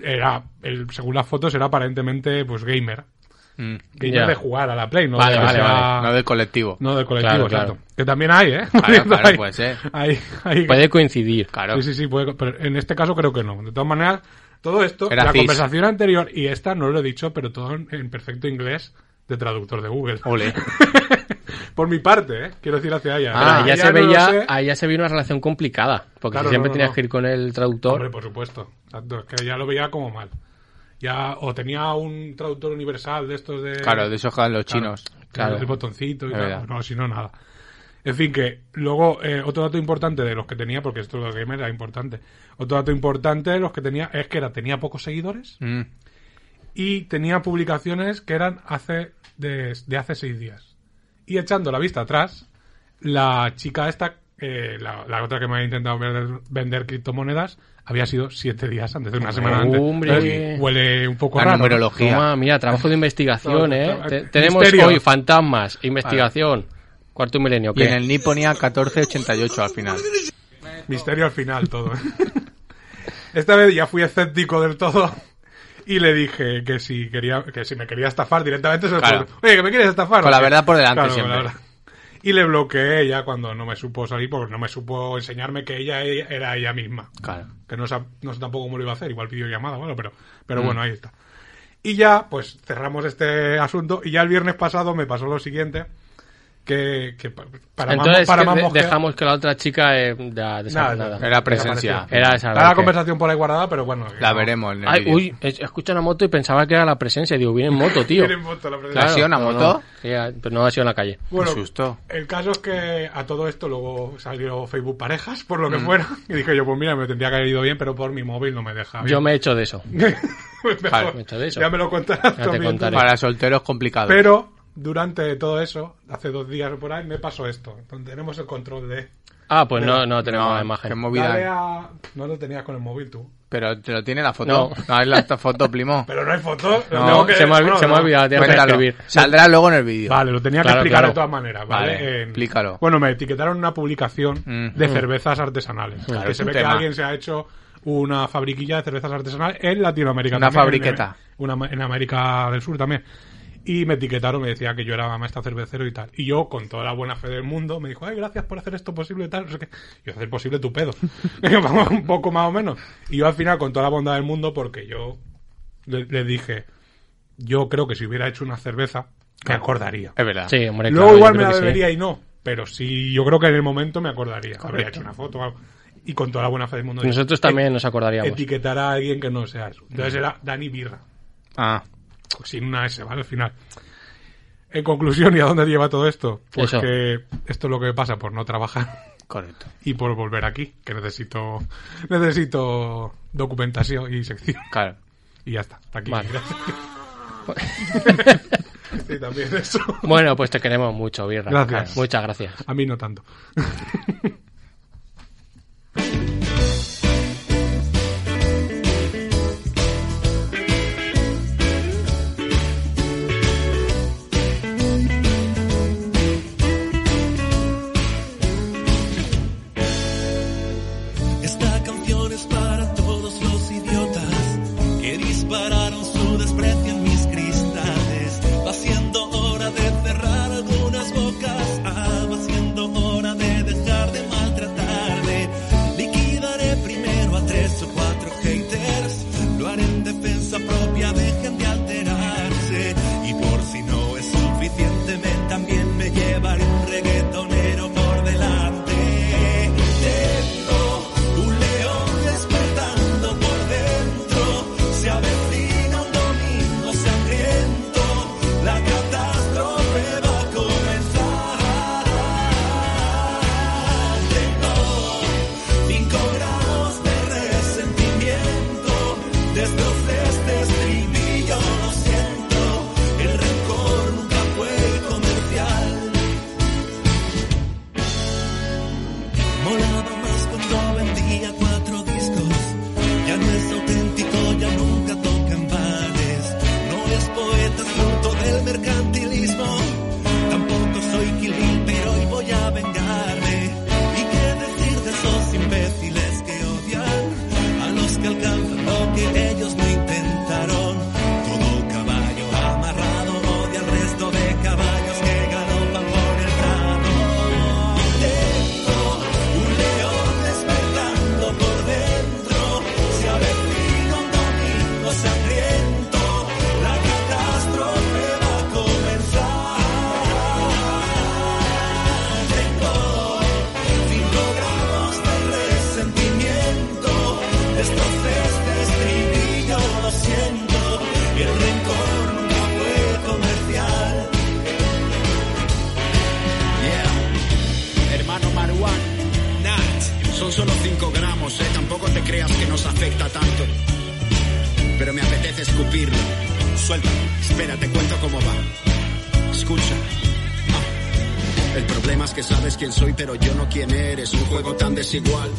D: era, el, según las fotos, era aparentemente pues gamer.
E: Mm.
D: Gamer
C: Ya.
D: de jugar a la Play, no
C: Vale,
D: de, que
C: vale,
D: sea-
C: vale.
E: No del colectivo.
D: no del colectivo,
C: Claro, claro. pues,
D: exacto. Que también hay, ¿eh?
E: Claro, claro,
D: Hay-
E: puede ser.
D: hay- hay-
C: eh. Puede coincidir.
E: Claro.
D: Sí, sí, sí, puede- pero en este caso creo que no. De todas maneras, todo esto,
E: Era
D: la
E: cis.
D: conversación anterior y esta, no lo he dicho, pero todo en, en perfecto inglés de traductor de Google.
E: Ole.
D: [LAUGHS] Por mi parte, ¿eh? Quiero decir hacia ella.
C: Ah, ya
D: Ella
C: se
D: no lo
C: veía,
D: sé.
C: ahí ya se veía una relación complicada. Porque
D: Claro,
C: si siempre
D: no, no,
C: tenías
D: no.
C: que ir con el
D: Hombre,
C: traductor.
D: por supuesto. Exacto, es que ya lo veía como mal. Ya, o tenía un traductor universal de estos de...
E: Claro, de eso juegan los
D: Claro.
E: chinos.
C: Claro.
D: El botoncito y
E: Es
D: tal.
E: verdad.
D: No, si no, nada. En fin, que luego, eh, otro dato importante de los que tenía, porque esto de los gamers era importante. Otro dato importante de los que tenía es que era, tenía pocos seguidores
E: Mm.
D: y tenía publicaciones que eran hace de, de hace seis días. Y echando la vista atrás, la chica esta, eh, la, la otra que me había intentado vender, vender criptomonedas, había sido siete días antes, de una semana antes.
C: Hombre.
D: Entonces, Huele un poco
E: La
D: raro. ¿no?
E: numerología.
C: Toma, mira, trabajo de investigación,
D: Todo,
C: ¿eh?
D: todo,
C: Te-
D: eh,
C: tenemos
D: misterio.
C: hoy fantasmas, investigación, cuarto milenio.
E: Y en
C: ¿qué?
E: el ni ponía 1488 al final.
D: Misterio al final todo. ¿eh? [LAUGHS] Esta vez ya fui escéptico del todo y le dije que si quería que si me quería estafar directamente se lo
E: Claro.
D: pregunté. Oye, que me quieres estafar.
E: Con la
D: ¿O qué?
E: verdad por delante
D: Claro, con
E: siempre.
D: la verdad. Y le bloqueé ya cuando no me supo salir porque no me supo enseñarme que ella e- era ella misma.
E: Claro.
D: Que no sé, no sé tampoco cómo lo iba a hacer, igual videollamada, bueno, pero
E: Mm.
D: pero bueno, ahí está. Y ya pues cerramos este asunto y ya el viernes pasado me pasó lo siguiente que, que pa- para más-
C: Entonces
D: para
C: que
D: más
C: de-
D: mosquear-
C: dejamos que la otra chica eh, da- desa- nada.
E: era presencia.
D: desapareció.
C: Era
D: Está
C: esa.
D: la
C: ¿verdad?
D: conversación por ahí guardada, pero bueno.
E: La
D: no. [LAUGHS]
E: veremos en el
C: Ay,
E: vídeo.
C: uy, es- escucho una moto y pensaba que era la presencia. Digo, viene en
D: [LAUGHS]
C: moto, tío.
D: Tienen voto la
E: ¿Ha
D: presencia.
C: Claro,
E: sido una
C: no,
E: moto?
C: no. Sí, ha- pero no ha sido en la calle.
D: Bueno,
E: Me asustó.
D: el caso es que a todo esto luego salió Facebook Parejas, por
C: Mm.
D: lo que fuera. Y dije yo, pues mira, me tendría que haber ido bien, pero por mi móvil no me deja. Ah, [LAUGHS]
C: Yo
D: Bien.
C: me he hecho de eso.
D: Mejor.
E: Claro,
C: me he hecho de eso.
D: Ya me lo contarás
C: te
D: también.
C: contaré.
E: Para solteros complicado.
D: Pero durante todo eso, hace dos días o por ahí, me pasó esto. Donde tenemos el control de...
C: Ah, pues no, no tenemos
E: No,
C: la
E: qué
C: imagen.
E: movida.
D: Dale a- No lo tenías con el móvil tú.
E: Pero te lo tiene la foto. [LAUGHS]
C: No.
E: No, es la foto,
C: [LAUGHS]
E: primo.
D: Pero no hay foto. lo
E: No,
D: tengo que-
C: se me ha,
D: bueno,
C: se me ha
D: no.
C: olvidado, tengo que
E: Cuéntalo.
C: escribir.
E: Saldrá luego en el vídeo.
D: Vale, lo tenía que
C: Claro,
D: explicar
C: claro.
D: de todas maneras, ¿vale?
E: Vale,
D: En-
E: explícalo.
D: Bueno, me etiquetaron una publicación
E: Mm.
D: de cervezas artesanales.
E: Claro,
D: que
E: es
D: se
E: un
D: ve
E: tema.
D: que alguien se ha hecho una fabriquilla de cervezas artesanales en Latinoamérica.
E: Una
D: también,
E: fabriqueta.
D: En, una- en América del Sur también. Y me etiquetaron, me decía que yo era maestra cervecero y tal. Y yo, con toda la buena fe del mundo, me dijo, ay, gracias por hacer esto posible y tal. No sé qué. Yo, hacer posible tu pedo. [LAUGHS] Vamos, un poco más o menos. Y yo, al final, con toda la bondad del mundo, porque yo le- le dije, yo creo que si hubiera hecho una cerveza, me acordaría.
E: Es verdad.
C: Sí, hombre,
D: Luego
C: claro,
D: igual
C: yo
D: me
C: creo
D: la
C: que sí.
D: bebería y no, pero sí, yo creo que en el momento me acordaría. Habría hecho una foto o algo. Y con toda la buena fe del mundo.
C: Nosotros
D: Et-
C: también nos acordaríamos.
D: Etiquetar a alguien que no sea eso. Entonces era Dani Birra,
E: Ah,
D: sin una S, ¿vale? Al final. En conclusión, ¿y a dónde lleva todo esto? Pues
C: Eso.
D: que esto es lo que pasa por no trabajar [LAUGHS]
E: correcto.
D: y por volver aquí, que necesito necesito documentación y sección.
E: Claro.
D: Y ya está, hasta aquí.
C: Vale.
D: Gracias. [LAUGHS] sí, también eso.
C: Bueno, pues te queremos mucho, Birra.
D: Gracias.
C: Muchas gracias.
D: A mí no tanto.
H: Ah, este
I: Son solo 5 gramos, eh, tampoco te creas que nos afecta tanto. Pero me apetece escupirlo. Suelta, espera, te cuento cómo va. Escucha. Ah. El problema es que sabes quién soy, pero yo no quién eres. Un juego tan desigual.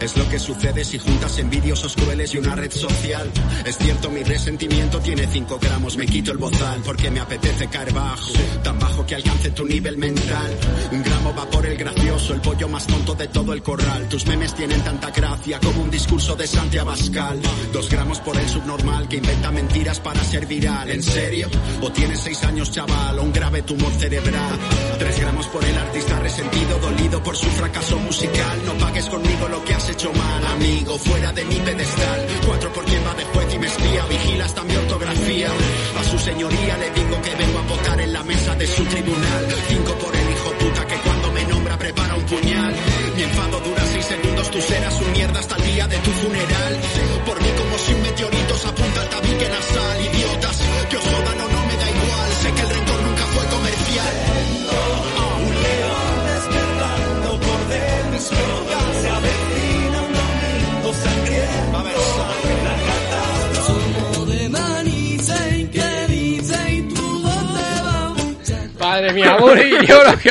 I: Es lo que sucede si juntas envidiosos crueles y una red social. Es cierto, mi resentimiento tiene 5 gramos. Me quito el bozal porque me apetece caer bajo. Tan bajo que alcance tu nivel mental. Un gramo va por el gracioso, el pollo más tonto de todo el corral. Tus memes tienen tanta gracia como un discurso de Santiago Abascal. Dos gramos por el subnormal que inventa mentiras para ser viral. ¿En serio? O tienes seis años, chaval, o un grave tumor cerebral. Tres gramos por el artista resentido, dolido por su fracaso musical. No pagues conmigo lo que has hecho mal, amigo, fuera de mi pedestal. Cuatro por quien va de juez y me espía, vigila hasta mi ortografía. A su señoría le digo que vengo a votar en la mesa de su tribunal. Cinco por el hijo puta que cuando me nombra prepara un puñal. Mi enfado dura seis segundos, tú serás un mierda hasta el día de tu funeral. Por mí como si un meteorito se apunta al tabique nasal, idiotas. Que os jodan o no me da igual, sé que el rencor nunca fue comercial. Un león despertando por de mis ropas, se avecina un domingo sangriento. Va a haber sangre.
C: Padre mía, Murillo. lo que-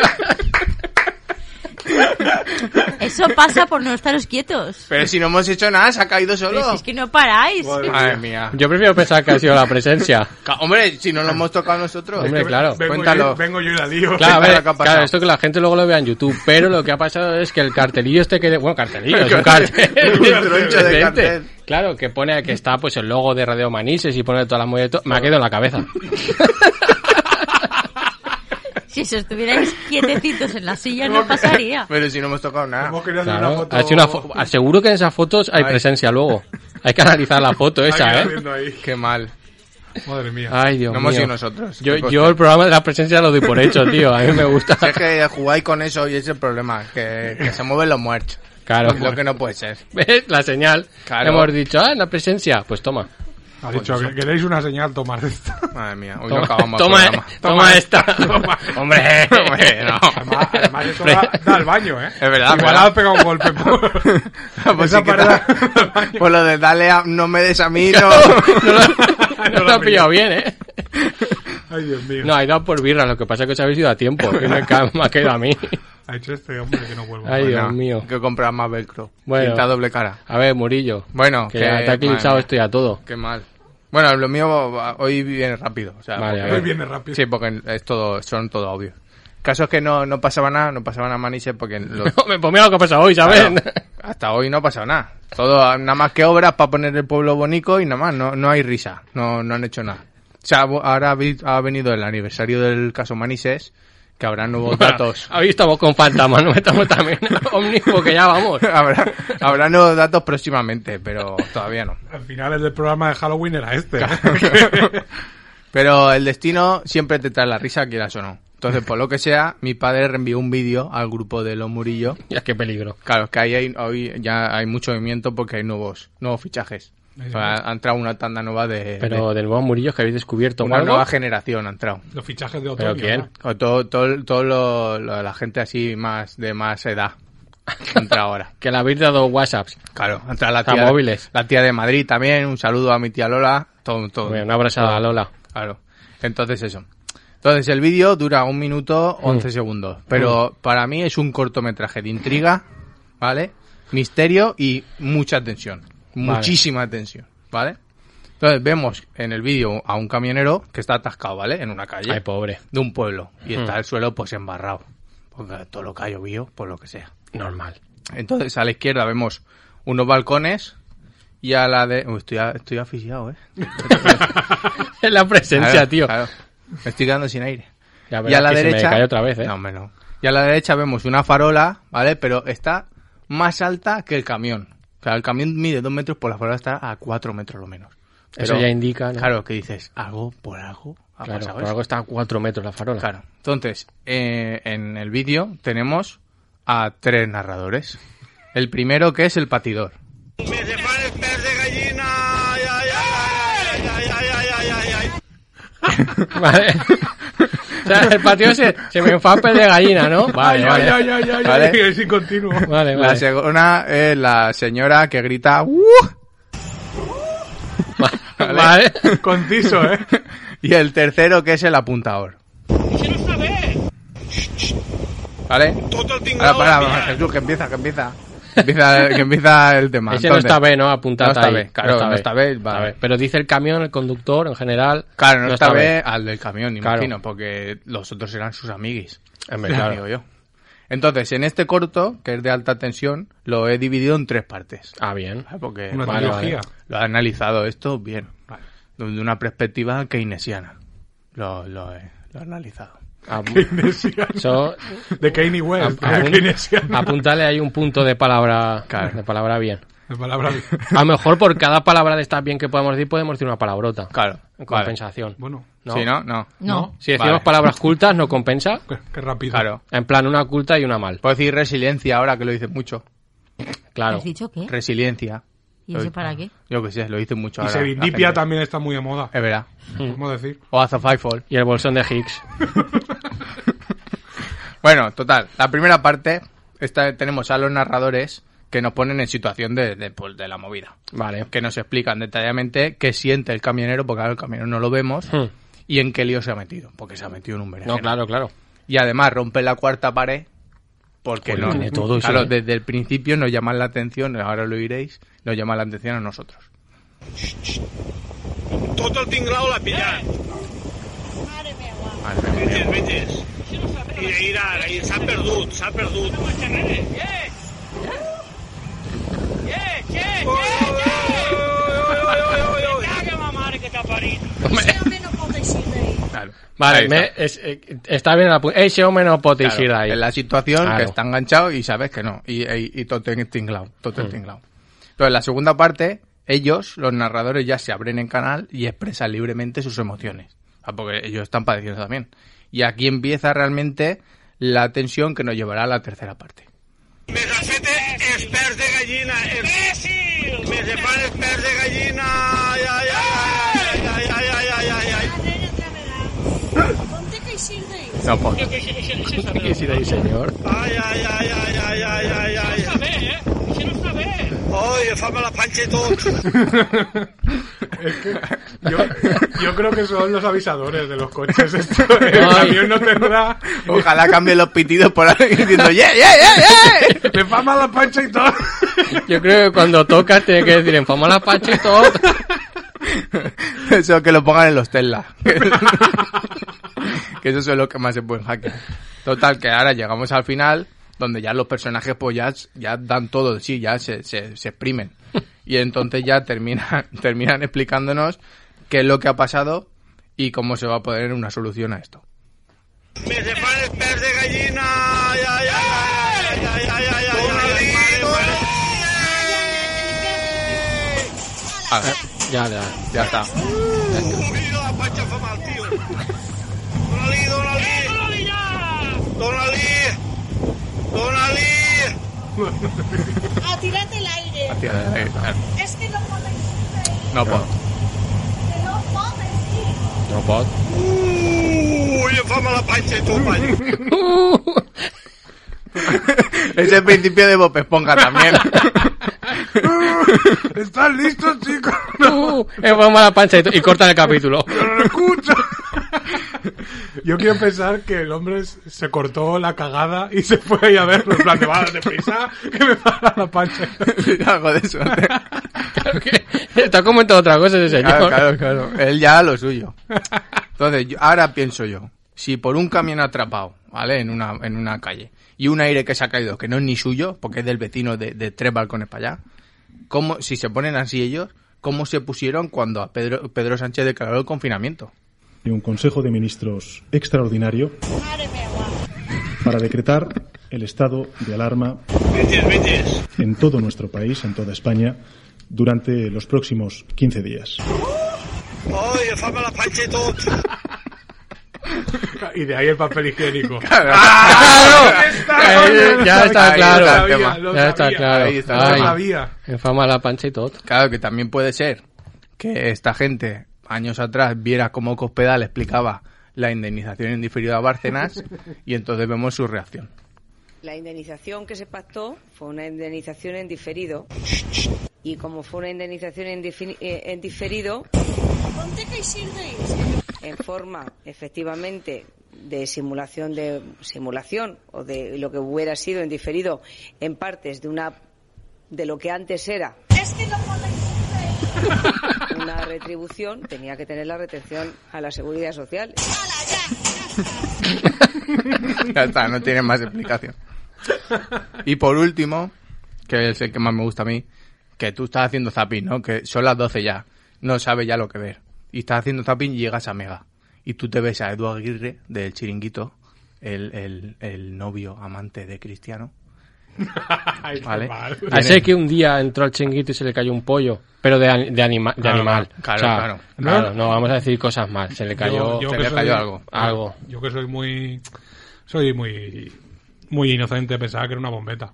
F: Eso pasa por no estaros quietos.
E: Pero si no hemos hecho nada, se ha caído
F: Pero
E: solo.
F: si es que no paráis.
E: Madre mía.
C: Yo prefiero pensar que ha sido la presencia.
E: Ca- Hombre, si no lo hemos tocado nosotros.
C: Hombre, claro.
D: Vengo
E: Cuéntalo.
D: Yo, vengo yo y la lío.
C: Claro, a
E: Claro,
C: ver,
E: ¿qué ha pasado?
C: claro, esto que la gente luego lo vea en YouTube, pero lo que ha pasado es que el cartelillo este que... de- Bueno, cartelillo, es un cartel.
E: [LAUGHS] Un troncho de cartel.
C: Claro, que pone que está pues el logo de Radio Manises y pone todas las mujeres... to- Me ha quedado en
E: [LAUGHS]
C: la cabeza.
F: Si os estuvierais quietecitos en la silla no pasaría.
E: Pero si no hemos tocado nada.
D: Hemos querido hacer una
C: Claro,
D: foto.
C: ha sido una fo- seguro que en esas fotos hay
E: Ay.
C: presencia luego. Hay que analizar la foto
D: Ahí
C: esa, ¿eh?
D: haciendo ahí.
E: Qué mal.
D: Madre mía.
C: Ay, Dios
E: No
C: mío.
E: hemos sido nosotros.
C: Yo,
E: que conste.
C: yo el programa de la presencia lo doy
E: [LAUGHS]
C: por hecho, tío. A mí me gusta.
E: Si es que jugáis con eso y es el problema, que, que se mueven los muertos.
C: Claro.
E: Es lo que no puede ser.
C: ¿Ves? La señal.
E: Claro.
C: Hemos dicho, ah, la presencia. Pues toma.
D: Ha dicho que queréis una señal, tomar
C: [LAUGHS]
D: esta.
E: Madre mía, hoy no
C: Toma,
E: acabamos
C: toma,
E: el programa.
C: toma esta. [LAUGHS] Hombre,
E: Hombre, no.
C: Ah,
D: Además, además eso da, da al baño, ¿eh?
E: Es verdad,
D: Igual
E: verdad.
D: has pegado un golpe.
C: [LAUGHS]
D: Por,
E: Pues
D: esa
E: sí que
D: parada.
E: tal. Por lo de dale a, no me des a mí, no. [LAUGHS]
C: No [LAUGHS] lo, no lo has pillado bien, ¿eh? [LAUGHS]
D: Ay, Dios mío.
C: No, he dado por birra. Lo que pasa es que os habéis ido a tiempo. Y me, ca- me ha quedado a mí.
D: Ha hecho este hombre que no vuelva.
C: Ay,
E: Bueno,
C: Dios mío.
E: Que comprar más velcro.
C: Bueno.
E: Pinta doble cara.
C: A ver, Murillo.
E: Bueno,
C: que
E: que-
C: ya te ha eclipsado
E: madre
C: esto ya todo.
E: Qué mal. Bueno, lo mío va- hoy viene rápido. O sea,
C: Vale, a
E: porque-
D: Hoy viene rápido.
E: Sí, porque es todo, son todo obvio. Caso es que no, no pasaba nada, no pasaba nada Maniche porque
C: [LAUGHS]
E: lo-
C: Me ponía lo que ha pasado hoy, ¿sabes?
E: claro,
C: [LAUGHS]
E: hasta hoy no ha pasado nada. Todo, nada más que obras para poner el pueblo bonito y nada más, no, no hay risa, no, no han hecho nada. O sea, bo- ahora ha vi- ha venido el aniversario del caso Manises, que habrá nuevos datos.
C: Ahí estamos con fantasmas, no estamos también [LAUGHS] Omni, porque ya
E: [LAUGHS]
C: vamos.
E: habrá, habrá nuevos datos próximamente, pero todavía no.
D: Al final el del programa de Halloween era este. [LAUGHS]
E: Pero el destino siempre te trae la risa, quieras o no. Entonces, por lo que sea, mi padre reenvió un vídeo al grupo de los Murillo.
C: Ya, qué peligro.
E: Claro, es que ahí hay, hoy ya hay mucho movimiento porque hay nuevos, nuevos fichajes. O sea, ha, ha entrado una tanda nueva de,
C: Pero del buen Murillo es que habéis
E: de
C: descubierto
E: una
C: algo.
E: nueva generación ha entrado.
D: Los fichajes de otoño.
C: ¿Pero quién?
D: ¿no?
E: O todo, todo, todo lo- lo- la gente así más de más edad ha entrado ahora.
C: Que le habéis dado WhatsApps.
E: Claro, ha entrado la
C: A
E: tía,
C: móviles.
E: la tía de Madrid también, un saludo a mi tía Lola, todo, todo.
C: Bueno, una abrazada a Lola.
E: Claro. Entonces eso. Entonces el vídeo dura un minuto
C: Mm.
E: 11 segundos, pero para mí es un cortometraje de intriga, ¿vale? Misterio y mucha tensión, muchísima tensión, ¿vale? Entonces vemos en el vídeo a un camionero que está atascado, ¿vale? En una calle
C: Ay, Mm. pobre.
E: de un pueblo y está el suelo pues embarrado, porque todo lo que ha llovido, por lo que sea. [LAUGHS]
C: Normal.
E: Entonces a la izquierda vemos unos balcones y a la de... Uy, estoy, a- estoy asfixiado, ¿eh?
C: Es la presencia,
E: Claro,
C: tío.
E: claro. Me estoy quedando sin aire.
C: Ya
E: y
C: verás
E: a la
C: que se me
E: derecha.
C: cae otra vez, ¿eh?
E: No, hombre, no. Y a la derecha vemos una farola, ¿vale? Pero está más alta que el camión. O sea, el camión mide dos metros, por la farola está a cuatro metros lo menos.
C: Eso ya indica, ¿no?
E: Claro, que dices, algo por algo ha
C: Claro,
E: pasado
C: por
E: esto.
C: algo está a cuatro metros la farola. [LAUGHS]
E: Claro. Entonces, eh, en el vídeo tenemos a tres narradores. El primero que es el patidor.
G: Me se para el pez de gallina. Ay,
E: [LAUGHS]
G: ay, ay, ay, ay, ay, ay, ay, ay.
C: Vale. sea, el patio se, se me fue a pez de gallina, ¿no? Vale,
D: ay,
C: vale.
D: ay, ay, ay, ay,
E: Vale.
D: ay, es incontinuo.
C: Vale,
E: La
C: vale.
E: segunda es la señora que grita
C: [LAUGHS]
E: "¡Uh!",
C: Vale.
D: Conciso, ¿eh?
E: y el tercero que es el apuntador. ¿Vale? Ahora, para, para, Jesús, que empieza, que empieza. Que empieza, que empieza el tema.
C: Ese no
E: Entonces,
C: está B, ¿no? Apuntado
E: No está
C: ahí.
E: B, claro, no está B, vale.
C: Pero dice el camión, el conductor, en general.
E: Claro, no, está B al del camión,
C: Claro.
E: imagino, porque los otros eran sus amiguis.
C: Hombre,
E: Ya [LAUGHS]
C: claro.
E: digo yo. Entonces, en este corto, que es de alta tensión, lo he dividido en tres partes.
C: Ah, bien.
E: Ah, Porque
D: Una
C: Vale,
D: trilogía. [LAUGHS]
E: lo ha analizado esto bien, de una perspectiva keynesiana. Lo, lo he, lo he analizado.
C: Ah,
E: [LAUGHS]
D: Keynesiana.
C: eso-
D: De Kanye West.
C: a-
D: de
C: apun-
D: Keynesiana. [LAUGHS]
C: apúntale ahí un punto de palabra,
E: Claro.
C: de palabra bien.
D: Es palabra.
C: A lo mejor por cada palabra de estas bien que podemos decir, podemos decir una palabrota.
E: Claro, vale.
C: En compensación.
D: Bueno,
C: ¿No?
E: Sí, no, no.
F: No.
C: Si decimos
E: Vale.
C: palabras cultas, ¿no compensa?
D: qué, qué rápido.
E: Claro.
C: En plan, una culta y una mal.
E: Puedo decir resiliencia ahora, que lo dice mucho.
C: Claro.
F: ¿Has dicho qué?
E: Resiliencia.
F: ¿Y eso para qué?
E: Yo que sé, lo dice mucho
D: Y
E: ahora. la
D: Serendipia
E: gente. Eh.
D: también está muy de moda.
E: Es verdad.
D: ¿Cómo decir?
E: O Azafaifall.
C: Y el bolsón de
E: [LAUGHS]
C: Higgs.
E: Bueno, total. La primera parte, esta, tenemos a los narradores que nos ponen en situación de, de, pues, de la movida.
C: Vale.
E: Que nos explican detalladamente qué siente el camionero, porque claro, el camionero no lo vemos,
C: Hmm.
E: y en qué lío se ha metido. Porque se ha metido en un berenjena.
C: No, claro, claro.
E: Y además rompe la cuarta pared. Porque
C: Joder,
E: no,
C: tiene todo eso,
E: claro,
C: ¿eh?
E: desde el principio nos llaman la atención, ahora lo oiréis, nos llaman la atención a nosotros.
G: Tot el tinglao l'ha pillat.
E: Madre mía.
G: Ventes, ventes. I, mira, i s'ha perdut, s'ha perdut.
E: Claro. Ahí
C: Vale,
E: está.
C: me- es- eh, está bien la pu- Ese hombre no puede
E: Claro,
C: ir ahí.
E: en la situación
C: Claro.
E: que está enganchado y sabes que no. Y, y, y todo te- tinglao, todo
C: Hmm.
E: te tinglao. Entonces, la segunda parte, ellos, los narradores, ya se abren en canal y expresan libremente sus emociones. Ah, Porque ellos están padeciendo también. Y aquí empieza realmente la tensión que nos llevará a la tercera parte.
G: Més de fet, els pèls de gallina. Els... Més de fan els pèls de gallina. Ai, ai, ai, ai, ai, ai, ai, ai, ai, ai.
E: No, pues,
C: ¿Qué es ir ahí, señor?
G: Ai, ai, ai, ai, ai, ai, ai, ai. Això no està bé, eh? Això no està bé. Oi, fa-me la panxa i tot.
E: [LAUGHS]
D: Yo, yo creo que son los avisadores de los coches. Esto, el
C: Ay.
D: camión no tendrá.
E: ojalá cambien los pitidos por ahí diciendo ¡Yeah, yeah, yeah, yeah!
D: Me fama la pancha y todo. [LAUGHS]
C: Yo creo que cuando tocas tiene que decir en fama la pacha
E: [LAUGHS]
C: y todo. [LAUGHS]
E: Eso que lo pongan en los Tesla. [LAUGHS] que eso es lo que más se pueden hackear. Total, que ahora llegamos al final, donde ya los personajes pues ya, ya dan todo de sí, ya se, se, se exprimen. Y entonces ya termina, [LAUGHS] terminan explicándonos qué es lo que ha pasado y cómo se va a poner una solución a esto.
G: Més de fan els pèls de gallina. Ai, ai, ai, ai, ai, ai, ai, ai, ai, mare, mare.
E: Ah,
C: Ya, ya.
E: ya está.
G: Mira la panxa fa mal, tio. Dóna-li, dóna-li. Dóna-li ja. Dóna-li. Dóna-li.
E: Tío, eh, claro. No puedo.
C: No puedo.
G: Ui, fa mal la panxa i tot, vaja.
C: Uh,
E: Es el principio de Bob Esponja también. [LAUGHS]
D: ¿Estás listos, chicos?
C: Uh, en fama la pancha y todo. Y corta
E: [LAUGHS]
C: el capítulo.
D: ¡No lo escucho! [LAUGHS] Yo quiero pensar que el hombre se cortó la cagada y se fue ahí a verlo. En plan, de, va, deprisa, que me para la pancha. [LAUGHS]
E: Algo de eso.
C: Claro que [LAUGHS] está comentando otra cosa ese señor.
E: Claro, claro, claro. Él ya lo suyo. Entonces, yo- ahora pienso yo, si por un camión atrapado, ¿vale? En una, en una calle, y un aire que se ha caído, que no es ni suyo, porque es del vecino de, de tres balcones para allá, ¿cómo, si se ponen así ellos, cómo se pusieron cuando a Pedro, Pedro Sánchez declaró el
C: [LAUGHS]
E: confinamiento?
J: de un Consejo de Ministros extraordinario para decretar el estado de alarma
G: Ventes, ventes.
J: en todo nuestro país, en toda España, durante los próximos 15 días.
G: Oi, fa-me la panxa i tot.
D: Y de ahí el papel higiénico.
C: Ahí ya está
E: Ahí
C: claro.
D: Lo sabía, [LAUGHS]
E: está el tema.
D: lo
C: ya está
D: sabía.
C: claro.
E: ahí está.
D: Lo
C: Ay,
D: sabía.
C: en fama la pancha y todo.
E: Claro que también puede ser que esta gente años atrás viera cómo Cospedal explicaba la indemnización indiferido a Bárcenas y entonces vemos su reacción.
K: La indemnización que se pactó fue una indemnización en diferido. Y como fue una indemnización en, defini- eh, en diferido, en forma efectivamente de simulación de simulación o de lo que hubiera sido en diferido en partes de una de lo que antes era una retribución tenía que tener la retención a la seguridad social
E: ya está, no tiene más explicación. Y por último, que es el que más me gusta a mí, que tú estás haciendo zapping, ¿no? Que son las 12 ya, no sabes ya lo que ver. Y estás haciendo zapping y llegas a Mega. Y tú te ves a Eduardo Aguirre del Chiringuito, el, el, el novio amante de Cristiano.
D: Ay, qué
E: Vale.
D: mal.
E: Tiene-
C: Ah, sé que un día entró al chinguito y se le cayó un pollo, pero de, ani- de, anima- de
E: Claro,
C: animal.
E: claro,
C: O sea,
E: claro.
C: claro, No vamos a decir cosas mal. Se le cayó
E: yo- se le cayó algo.
C: algo.
D: ah, Yo que soy muy. Soy muy. Muy inocente, pensaba que era una
E: [LAUGHS]
D: bombeta.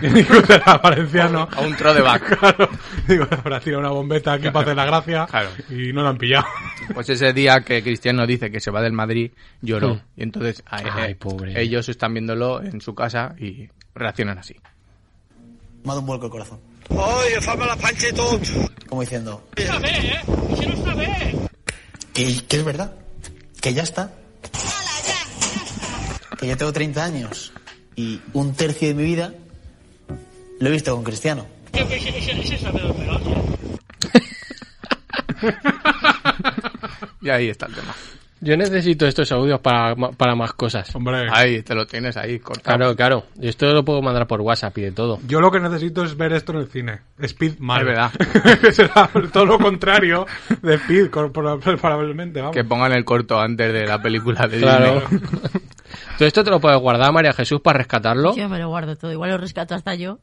D: Digo, [LAUGHS] era valenciano.
E: A un
D: [LAUGHS]
E: throwback.
D: Claro. Digo, habrá tirado una bombeta aquí para hacer la gracia.
E: Claro.
D: Y no la han pillado.
E: Pues ese día que Cristiano dice que se va del Madrid, lloró.
C: Mm.
E: Y entonces ay,
C: Ay,
E: eh,
C: pobre.
E: ellos están viéndolo en su casa y reaccionan así.
L: Me ha dado un vuelco el corazón.
G: Oye, fama la pancha y todo.
L: Como diciendo,
G: Quiero saber.
L: que, que es verdad, que ya está. Que ya tengo 30 años y un tercio de mi vida lo he visto con Cristiano.
E: Y ahí está el tema.
C: Yo necesito estos audios para, ma- para más cosas.
D: Hombre.
E: Ahí te lo tienes ahí cortado.
C: Claro, claro. Y esto lo puedo mandar por WhatsApp y de todo.
D: Yo lo que necesito es ver esto en el cine. Speed mal.
E: Es verdad.
D: Que [LAUGHS] Será todo lo contrario de Speed, cor- proba- probablemente, vamos.
E: Que pongan el corto antes de la película de
C: Claro.
E: Disney.
C: Todo esto te lo puedes guardar, María Jesús, para rescatarlo.
F: Yo me lo guardo todo, igual lo rescato hasta yo.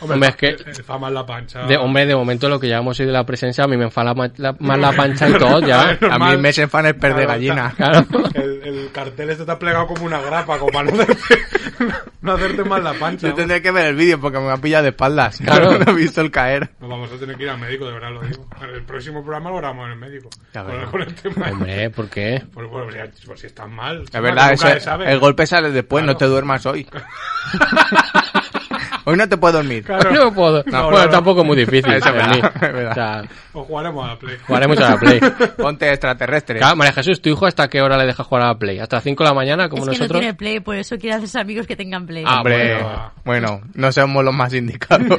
C: Hombre, es que-
D: eh, Fama en la pancha.
C: [LAUGHS] De, hombre, de momento lo que llevamos hoy de la presencia, a mí me enfada ma- la- más la pancha y todo,
E: [LAUGHS]
C: ya.
E: A mí me se fan el perder
D: Claro,
E: gallina.
C: Claro.
D: El, el cartel este te ha plegado como una grapa, como para no hacerte, [LAUGHS] no hacerte mal la pancha.
E: Yo tendré que ver el vídeo porque me ha pillado de espaldas.
C: Claro.
E: [LAUGHS] No he visto el caer.
D: Nos vamos a tener que ir al médico, de verdad lo digo. En el próximo programa lo haremos en el médico.
E: Ya
D: Con-
E: verás.
D: con el tema. Pues,
C: Hombre, ¿por qué?
D: Por, por- si- por si estás mal.
E: Es
D: Nunca
E: verdad, ese-
D: se sabe.
E: el golpe sale después, no te duermas
D: [LAUGHS]
E: hoy. hoy no te puedo dormir.
D: Claro.
C: No pues- puedo.
D: No,
C: bueno,
D: no, no.
C: tampoco es muy difícil.
E: Es verdad,
C: Fermín.
E: es verdad.
C: O sea,
D: O pues jugaremos a la play.
C: jugaremos a la [LAUGHS] Play.
E: Ponte extraterrestre.
C: Claro, María Jesús, ¿tu hijo hasta qué hora le deja jugar a la Play? ¿Hasta las 5 de la mañana, como
F: es que no
C: nosotros?
F: tiene play, por eso quiere hacerse amigos que tengan play.
C: Ah,
E: Hombre,
D: bueno.
E: bueno. no somos los más indicados,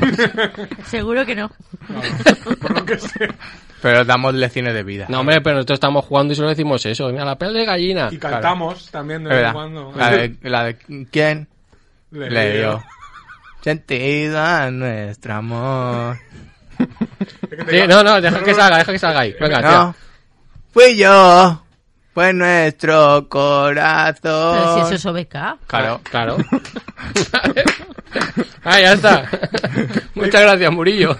F: Seguro que no.
D: Por lo que sea.
E: pero damos lecciones de vida.
C: No, hombre, pero nosotros estamos jugando y solo decimos eso. Mira, la Play de gallina.
D: Y cantamos también de
E: Es
D: vez en
E: verdad.
D: cuando.
E: La de, la de- quién
D: [LAUGHS] Le-
E: le dio sentido a nuestro amor.
D: Es que te
C: Sí,
D: digo-
C: no, no, deja que salga, deja que salga ahí. Venga,
E: No,
C: tía.
E: fui yo, fue nuestro
F: Pero si
E: corazón.
F: eso es OBK.
E: Claro,
C: Claro. [LAUGHS] ah, ya está. Muchas gracias, Murillo.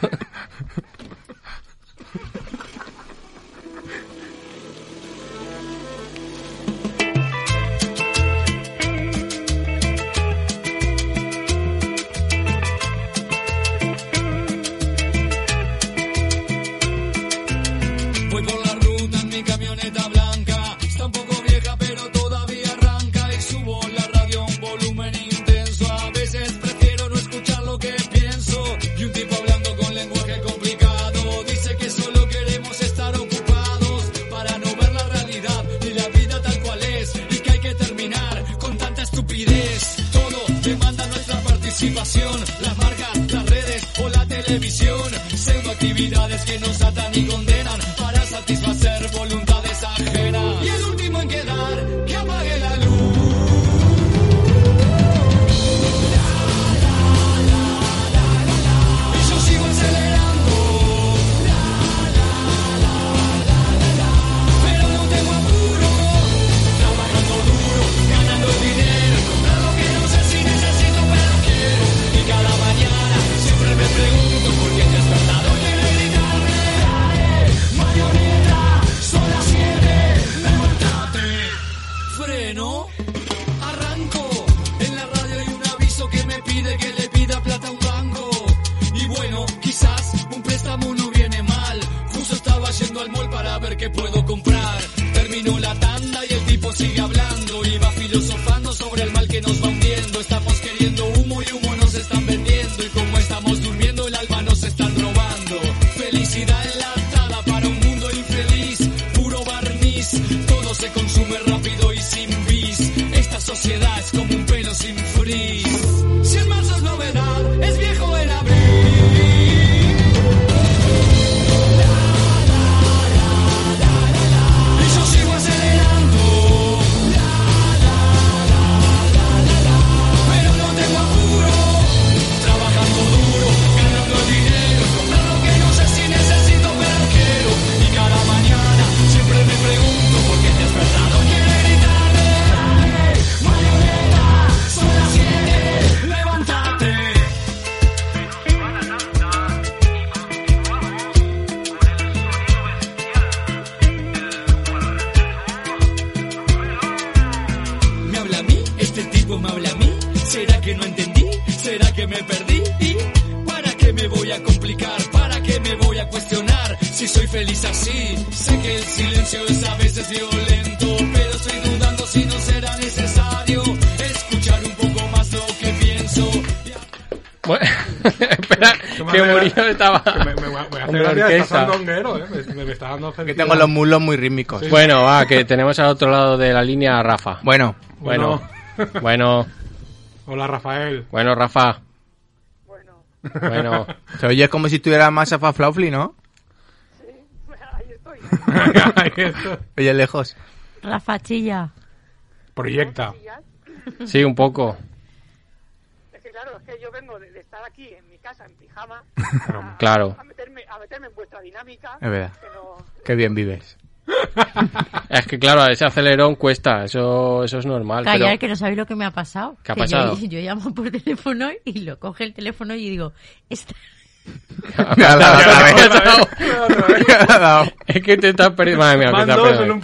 M: Voy por la ruta en mi camioneta blanca. Ah, Está un poco vieja, pero todavía arranca. Y subo la radio a un volumen intenso. A veces prefiero no escuchar lo que pienso. Y un tipo hablando con lenguaje complicado. Dice que solo queremos estar ocupados. Para no ver la realidad ni la vida tal cual es. Y que hay que terminar con tanta estupidez. Todo demanda nuestra participación. Las marcas, las redes o la televisión. Pseudoactividades que nos atan y condenan para satisfacer voluntades ajenas. Y el último en quedar, que apague la luz. Y yo sigo acelerando. Pero no tengo apuro. Trabajando duro, ganando dinero. Comprar lo que no sé si necesito, pero quiero. Y cada mañana siempre me pregunto por qué el despertador quiere gritarme. Dale, marioneta, son las siete. Levántate. Freno, arranco. En la radio hay un aviso que me pide que le pida plata a un banco. Y bueno, quizás un préstamo no viene mal. Justo estaba yendo al mall para ver qué puedo comprar. este será que me perdí? ¿Para qué me voy a complicar? ¿Para qué me voy a cuestionar? Si soy feliz así, sé que el silencio es a veces violento, pero estoy dudando si no será necesario escuchar un poco más lo que pienso.
C: Bueno, [LAUGHS] espera, que Murillo estaba.
D: Me, me, me hace
C: Hombre,
D: gracia, estás
C: orquesta.
D: dando honguero, ¿eh? Me, me- me está dando
E: Que tengo los muslos muy rítmicos.
C: Bueno, va, que tenemos al otro lado de la línea a Rafa.
E: Bueno.
C: Bueno. Bueno.
D: Hola,
C: [LAUGHS]
D: Rafael.
C: Bueno, Rafa. Bueno.
E: Te oyes como si estuviera más a Flaufli, ¿no?
D: Ahí está.
E: Oye, lejos.
F: Rafa Chilla.
D: Proyecta.
C: Sí, un poco.
N: Es que claro, es que yo vengo de, de estar aquí en mi casa, en pijama, a,
C: [LAUGHS] Claro.
N: a meterme, a meterme en vuestra dinámica.
C: Es verdad.
N: que no-
E: Qué bien vives.
C: Es que claro, ese acelerón cuesta, eso, eso es normal. pero-
F: Callar, que no sabéis lo que me ha pasado.
C: ¿Qué ha
F: Que
C: pasado?
F: [LAUGHS] Yo, yo llamo por teléfono y lo coge el teléfono y digo, está...
E: [LAUGHS]
C: Es que te estás perdiendo. Madre mía, que te has perdido.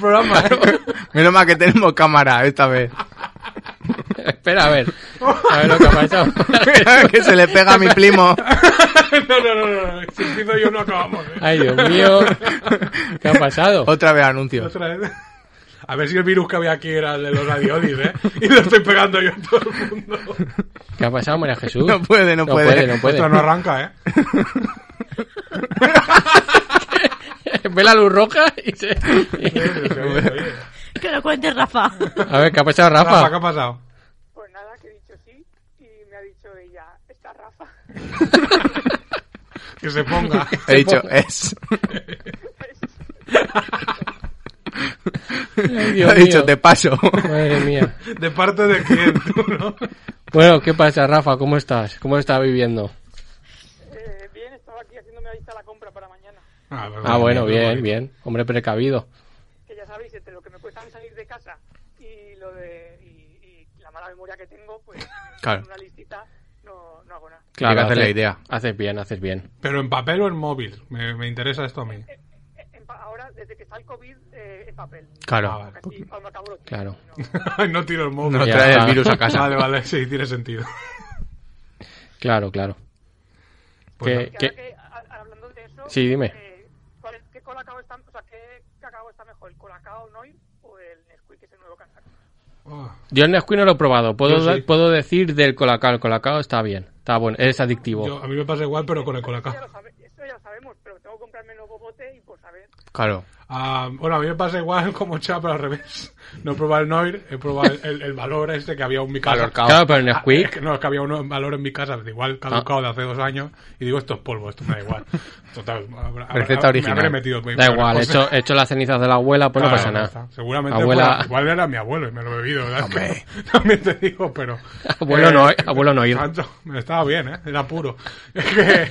E: [LAUGHS] Menos mal que tenemos cámara esta vez.
C: Espera, a ver. A ver lo que
E: [LAUGHS]
C: ha pasado.
E: que se le pega a mi primo.
D: [LAUGHS] no, no, no, no, no. Si empiezo yo no acabamos. ¿eh?
C: Ay, Dios mío. ¿Qué ha pasado?
E: Otra vez anuncio.
D: Otra vez. A ver si el virus que había aquí era el de los radiolis, ¿eh? Y lo estoy pegando yo a todo el mundo.
C: ¿Qué ha pasado, María Jesús?
E: [LAUGHS] No puede, no puede.
C: No puede,
D: Esto no arranca, [LAUGHS] ¿eh?
C: [LAUGHS] Ve la luz roja y
E: [LAUGHS]
C: se...
F: [LAUGHS] Que lo cuente Rafa.
C: A ver, ¿qué ha pasado, Rafa?
D: Rafa, ¿qué ha pasado?
N: Pues nada, que he dicho sí y me ha dicho ella, está Rafa.
D: Que se
C: [LAUGHS]
D: ponga.
E: He dicho, es.
C: Ay, Dios
E: He dicho,
C: mío.
E: te paso.
C: Madre mía.
D: ¿De parte de quién? tú, no?
C: Bueno, ¿qué pasa, Rafa? ¿Cómo estás? ¿Cómo estás viviendo?
N: Eh,
D: Ah,
E: Pues
D: bueno,
C: Ah, bueno,
D: bien,
C: bien, bien. Hombre precavido.
N: Que ya sabéis, entre lo que me cuesta salir de casa y lo de y, y la mala memoria que tengo, pues
E: Claro.
N: una listita no, no hago nada.
E: Hay que hacer la
C: haces-
E: idea.
C: Haces bien, haces bien.
D: ¿Pero en papel o en móvil? Me, me interesa esto a mí.
N: Eh, En pa- ahora, desde que está el COVID, eh, en papel.
E: Claro.
D: Ah, vale. [LAUGHS]
N: Así, pa- me acabo los
C: Claro.
D: no tiro el móvil.
E: No Ya trae el está. virus a casa.
D: Vale, vale, sí, tiene sentido.
C: Claro,
E: [LAUGHS]
C: claro.
N: Que
D: Pues
C: ¿Qué-
N: ahora
C: qué-
N: que, a- hablando de eso,
C: Sí, dime.
N: eh, ¿cuál es- ¿qué colacao está, o sea, qué cacao está mejor, el colacao Noir o el Nesquik, que es el nuevo cacao?
D: Pues Ah,
C: Yo el Nesquik no lo he probado. Puedo,
D: Yo sí.
C: da- puedo decir del colacao. El colacao está bien. Está bueno. Es adictivo.
D: Yo- a mí me pasa igual, pero con el colacao.
N: Eso ya lo sabemos, pero tengo que comprarme el nuevo bote y por saber.
E: Claro.
D: Ah, bueno, a mí me pasa igual [LAUGHS] como Chá, pero al revés. No he probado el Noir, he probado el, el- el valor este que había en mi casa.
C: Valorcao. Claro, pero el
D: Ah,
C: Nesquik.
D: es que no, es que había uno en valor en mi casa, de igual caducado de hace dos años. Y digo, esto es polvo, esto me da igual. Total, habrá- habrá-
E: Receta original.
D: Me habré metido. muy-
C: da
D: bueno,
C: igual. He
D: pues-
C: hecho, he hecho las cenizas de la abuela, pues no
D: Claro,
C: pasa
D: Ah, ya
C: nada.
D: está. Seguramente
C: Abuela,
D: fuera- igual era mi abuelo y me lo he bebido, ¿verdad? [LAUGHS] También te digo, pero. eh,
C: Abuelo no- abuelo no ir.
D: Sancho, me estaba bien, ¿eh? Era puro. [LAUGHS] Es que-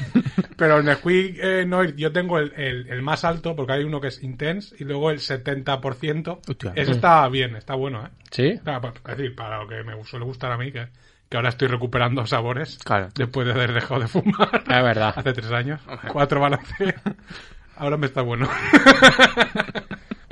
D: pero el Nesquik eh, no ir, yo tengo el, el- el más alto porque hay uno que es Intense y luego el 70%.
E: Hostia.
D: Ese está bien, está bueno, ¿eh?
C: ¿Sí?
D: Claro, pa- es decir, para lo que me suele gustar a mí, que, que ahora estoy recuperando sabores
E: Claro.
D: después de haber dejado de fumar. [LAUGHS]
C: Es verdad.
D: Hace tres años. Cuatro van a hacer. Ahora me está bueno.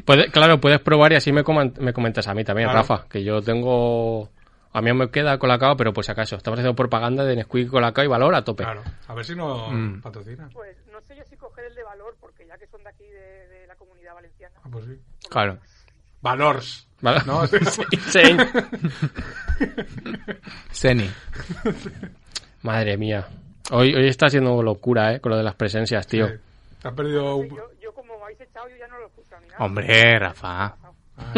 C: Puede- claro, puedes probar y así me, coman- me comentas a mí también,
D: Claro.
C: Rafa, que yo tengo... A mí aún me queda Colacao, pero pues acaso, estamos haciendo propaganda de Nesquik, Colacao y Valor a tope.
D: Claro, a ver si no
C: Mm.
D: patrocina.
N: Pues no sé yo si coger el de valor, porque ya que son de aquí, de, de la comunidad valenciana.
D: Ah, pues sí.
E: Claro.
D: Valors.
C: Valo-
D: ¿No?
C: Sí, [LAUGHS] sí.
D: [LAUGHS]
E: Seni.
C: Madre mía. Hoy, hoy está siendo locura, ¿eh? Con lo de las presencias, tío.
D: Te has perdido un...
E: Hombre, Rafa.
D: Ah,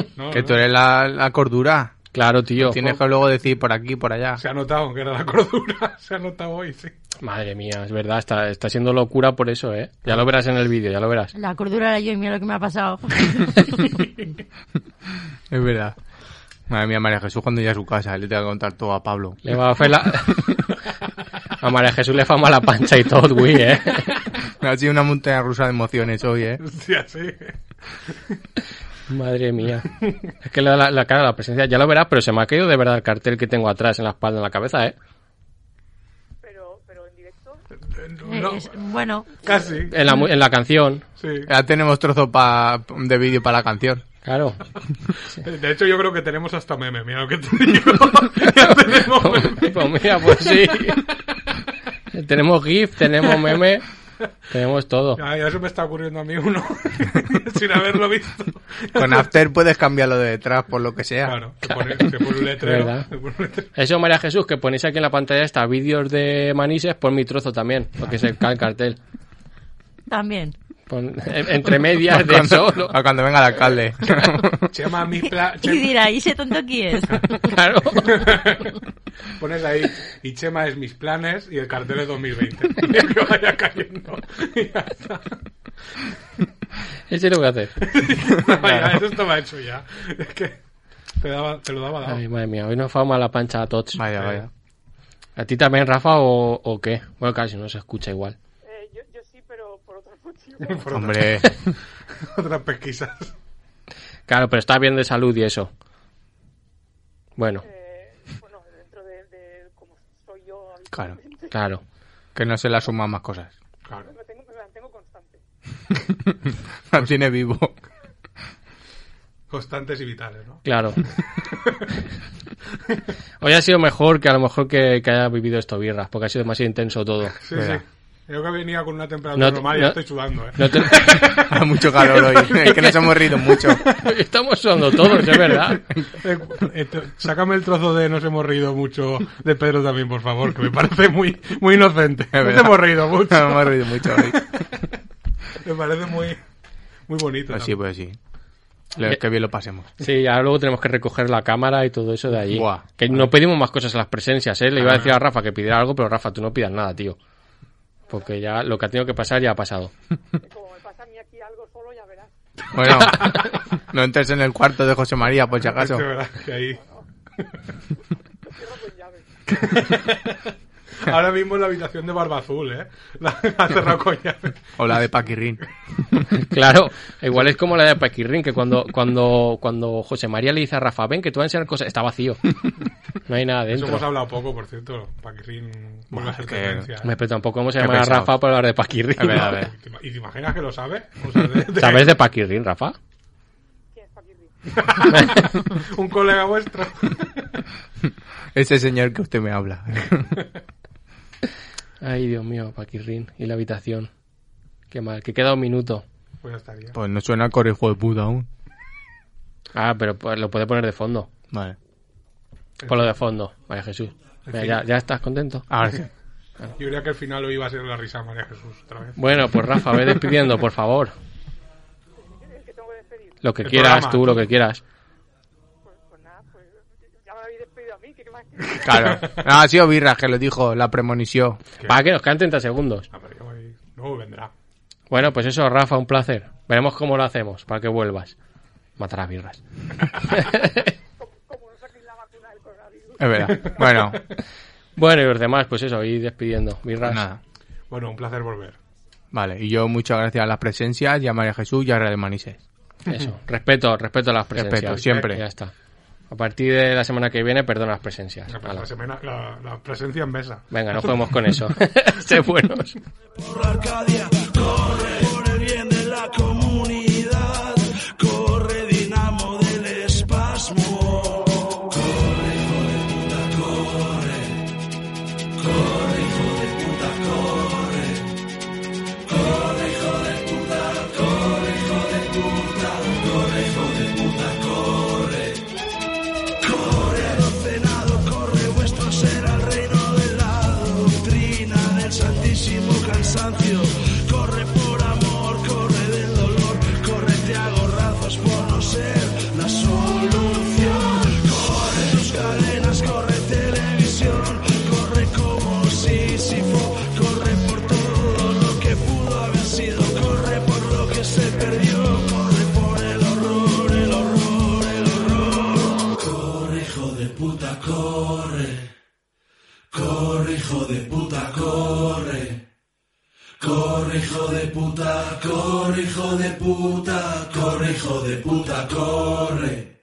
E: [LAUGHS]
D: no,
E: que
D: no.
E: tú eres la, la cordura.
C: Claro, tío.
E: Tienes que luego decir por aquí, por allá.
D: Se ha notado que era la [LAUGHS] cordura. Se ha notado hoy, sí.
C: Madre mía, es verdad, está, está siendo locura por eso, ¿eh? Ya lo verás en el vídeo, ya lo verás.
F: [LAUGHS] La cordura era yo y mira lo que me ha [LAUGHS] pasado.
E: Es verdad. Madre mía, María Jesús, cuando llegue a su casa, le tengo que contar todo a Pablo.
C: Le va a hacer la... [LAUGHS] A María Jesús le fama la pancha y todo, güey, ¿eh?
E: Ha sido una montaña rusa de emociones hoy, ¿eh?
D: Hostia,
F: [LAUGHS]
D: sí.
C: Madre mía. Es que la, la- la cara, la presencia, ya lo verás, pero se me ha caído de verdad el cartel que tengo atrás en la espalda, en la cabeza, ¿eh?
F: Es- bueno,
D: Casi.
C: En la, mu- en la canción,
D: Sí.
E: Ya tenemos trozo pa- de vídeo para la canción.
C: claro.
D: De hecho, yo creo [LAUGHS] que tenemos hasta meme. Mira lo que te digo. ya tenemos meme.
C: Pues mira, pues sí. tenemos GIF, tenemos meme, tenemos todo.
D: Ay, eso me está ocurriendo a mí uno [LAUGHS] sin haberlo visto.
E: Con After puedes cambiarlo de detrás por lo que sea. Claro,
D: se pone, se pone un letrero.
C: ¿Verdad?
D: se pone un letrero.
C: Eso, María Jesús, que ponéis aquí en la pantalla está vídeos de manises, por mi trozo también, porque se cae el cartel.
F: También.
C: Pon- en- entre medias de
E: Cuando-
C: eso.
E: [LAUGHS] a cuando venga
D: [LAUGHS]
E: el alcalde.
D: Se llama mi pla...
F: [LAUGHS] Y dirá, ¿y ese tonto quién [LAUGHS] es?
C: Claro.
D: Pones ahí, y Chema es mis planes y el cartel es 2020. Y [LAUGHS] que vaya cayendo. [LAUGHS] Y ya está.
C: Ese lo voy a hacer.
D: [LAUGHS] Vaya, eso estaba hecho ya. Es que te, daba- te lo daba dado.
C: Ay, madre mía, hoy nos fue la pancha a todos. Vaya, vaya. ¿A ti también, Rafa, o, o qué? Bueno, casi no se escucha igual.
N: eh, [LAUGHS]
E: [LAUGHS]
D: Por
C: Hombre.
D: otras- Otras [LAUGHS] pesquisas.
C: Claro, pero está bien de salud y eso. Bueno.
N: eh,
E: Claro.
C: Claro.
E: Que no se le asuman más
D: [LAUGHS]
E: cosas.
D: Claro.
E: Mantiene vivo.
D: Constantes y vitales, ¿no?
C: Claro. Hoy ha sido mejor que a lo mejor que, que haya vivido esto birras, porque ha sido demasiado intenso todo.
D: Sí,
C: Mira.
D: sí. Yo que venía con una temperatura
C: No te-
D: normal y
C: no-
D: ya estoy sudando, ¿eh?
C: no te- [LAUGHS]
E: Hay mucho calor hoy. Es que nos hemos rido
D: [LAUGHS]
E: mucho.
C: Estamos sudando todos, es verdad.
D: [LAUGHS] Eh, eh, t- Sácame el trozo de nos hemos reído mucho de Pedro también, por favor, que me parece muy, muy
C: [LAUGHS]
D: inocente. Nos
E: verdad.
D: hemos reído mucho.
E: Nos hemos reído mucho hoy.
D: [LAUGHS] me parece muy, muy bonito.
E: Pues sí, pues sí. Lo- Que bien lo pasemos.
C: Sí, ahora luego tenemos que recoger la cámara y todo eso de allí. Que no pedimos más cosas a las presencias, ¿eh? Le iba a decir a Rafa que pidiera algo, pero Rafa, tú no pidas nada, tío. Porque ya lo que ha tenido que pasar ya ha [LAUGHS] pasado.
E: Bueno, no entres en el cuarto de José María, por si
C: pues,
E: acaso.
D: Es verdad que ahí- [LAUGHS] Ahora mismo la habitación de Barba Azul, ¿eh? [LAUGHS] La, la cerrado con llave.
E: O la de Paquirrín.
C: Claro, igual es como la de Paquirrin, que cuando, cuando, cuando José María le dice a Rafa, ven que tú vas a enseñar cosas, está [LAUGHS] vacío. No hay nada
D: Eso
C: dentro.
D: hemos hablado poco, por cierto. Paquirrín vuelve a ser
E: que-
D: tendencia, ¿eh?
C: Hombre, Pero tampoco vamos a
E: Qué
C: llamar a
E: pesados.
C: Rafa para hablar de Paquirrin.
E: A ver, a ver.
D: ¿Y te imaginas que lo sabe? O sea, de- de-
C: [LAUGHS] ¿Sabes de Paquirrin, Rafa?
D: Un colega
C: [LAUGHS]
D: vuestro.
E: Ese señor que usted me
D: [LAUGHS]
E: habla.
C: Ay, Dios mío, Paquirrin y la habitación. Qué mal, que queda un minuto.
D: Pues ya estaría.
E: Pues no suena corejo de puta aún.
C: Ah, pero pues, lo puede poner de fondo.
E: Vale.
C: Por lo de fondo. Vaya Jesús. Mira, ya, ya estás contento.
E: Ahora sí.
D: Yo creía que al final lo iba a ser la risa María Jesús otra vez.
C: Bueno, pues Rafa, ve despidiendo, por favor. Lo que
D: El
C: quieras
D: programa.
C: tú, lo que quieras.
E: Claro. No, ha sido Birras que lo dijo, la premonición.
C: Va, que nos quedan 30 segundos.
D: Ah, Luego vendrá.
C: Bueno, pues eso, Rafa, un placer. Veremos cómo lo hacemos para que vuelvas. Matarás birras.
E: Es verdad. Bueno.
C: Bueno, y los demás, pues eso, ir despidiendo. Birras.
E: Nada.
D: Bueno, un placer volver.
E: Vale, y yo muchas gracias a las presencias y a María Jesús y a Real Manises.
C: Eso. Respeto, respeto a las
E: Respeto,
C: presencias.
E: siempre.
C: Ya está. A partir de la semana que viene, perdona las presencias.
D: La,
C: Hala.
D: la semana- la- la presencia en mesa.
C: Venga, no juguemos con eso. Sé [LAUGHS] buenos.
H: Arcadia, corre por el bien de la comunidad, corre dinamo del espasmo. Corre, hijo de puta, corre. Corre, hijo de puta, corre. Corre, hijo de puta, corre, hijo de puta, corre, hijo de puta, corre. Corre, adocenado, corre, vuestro será el reino de la doctrina del santísimo cansancio. Corre por amor, corre del dolor, corre, te hago razas por no ser la solución. Corre tus cadenas, corre televisión, corre como Sísifo, corre por todo lo que pudo haber sido, corre por lo que se perdió, corre por el horror, el horror, el horror. Corre, hijo de puta, corre. Corre, hijo de puta, corre. Corre, hijo de puta, corre, hijo de puta, corre, hijo de puta, corre.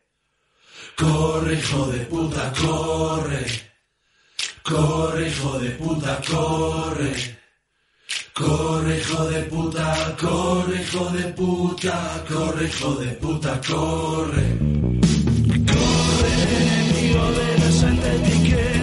H: Corre, hijo de puta, corre. Corre, hijo de puta, corre. Corre, hijo de puta, corre, hijo de puta, corre, hijo de puta, corre. Corre, enemigo de la santa etiqueta.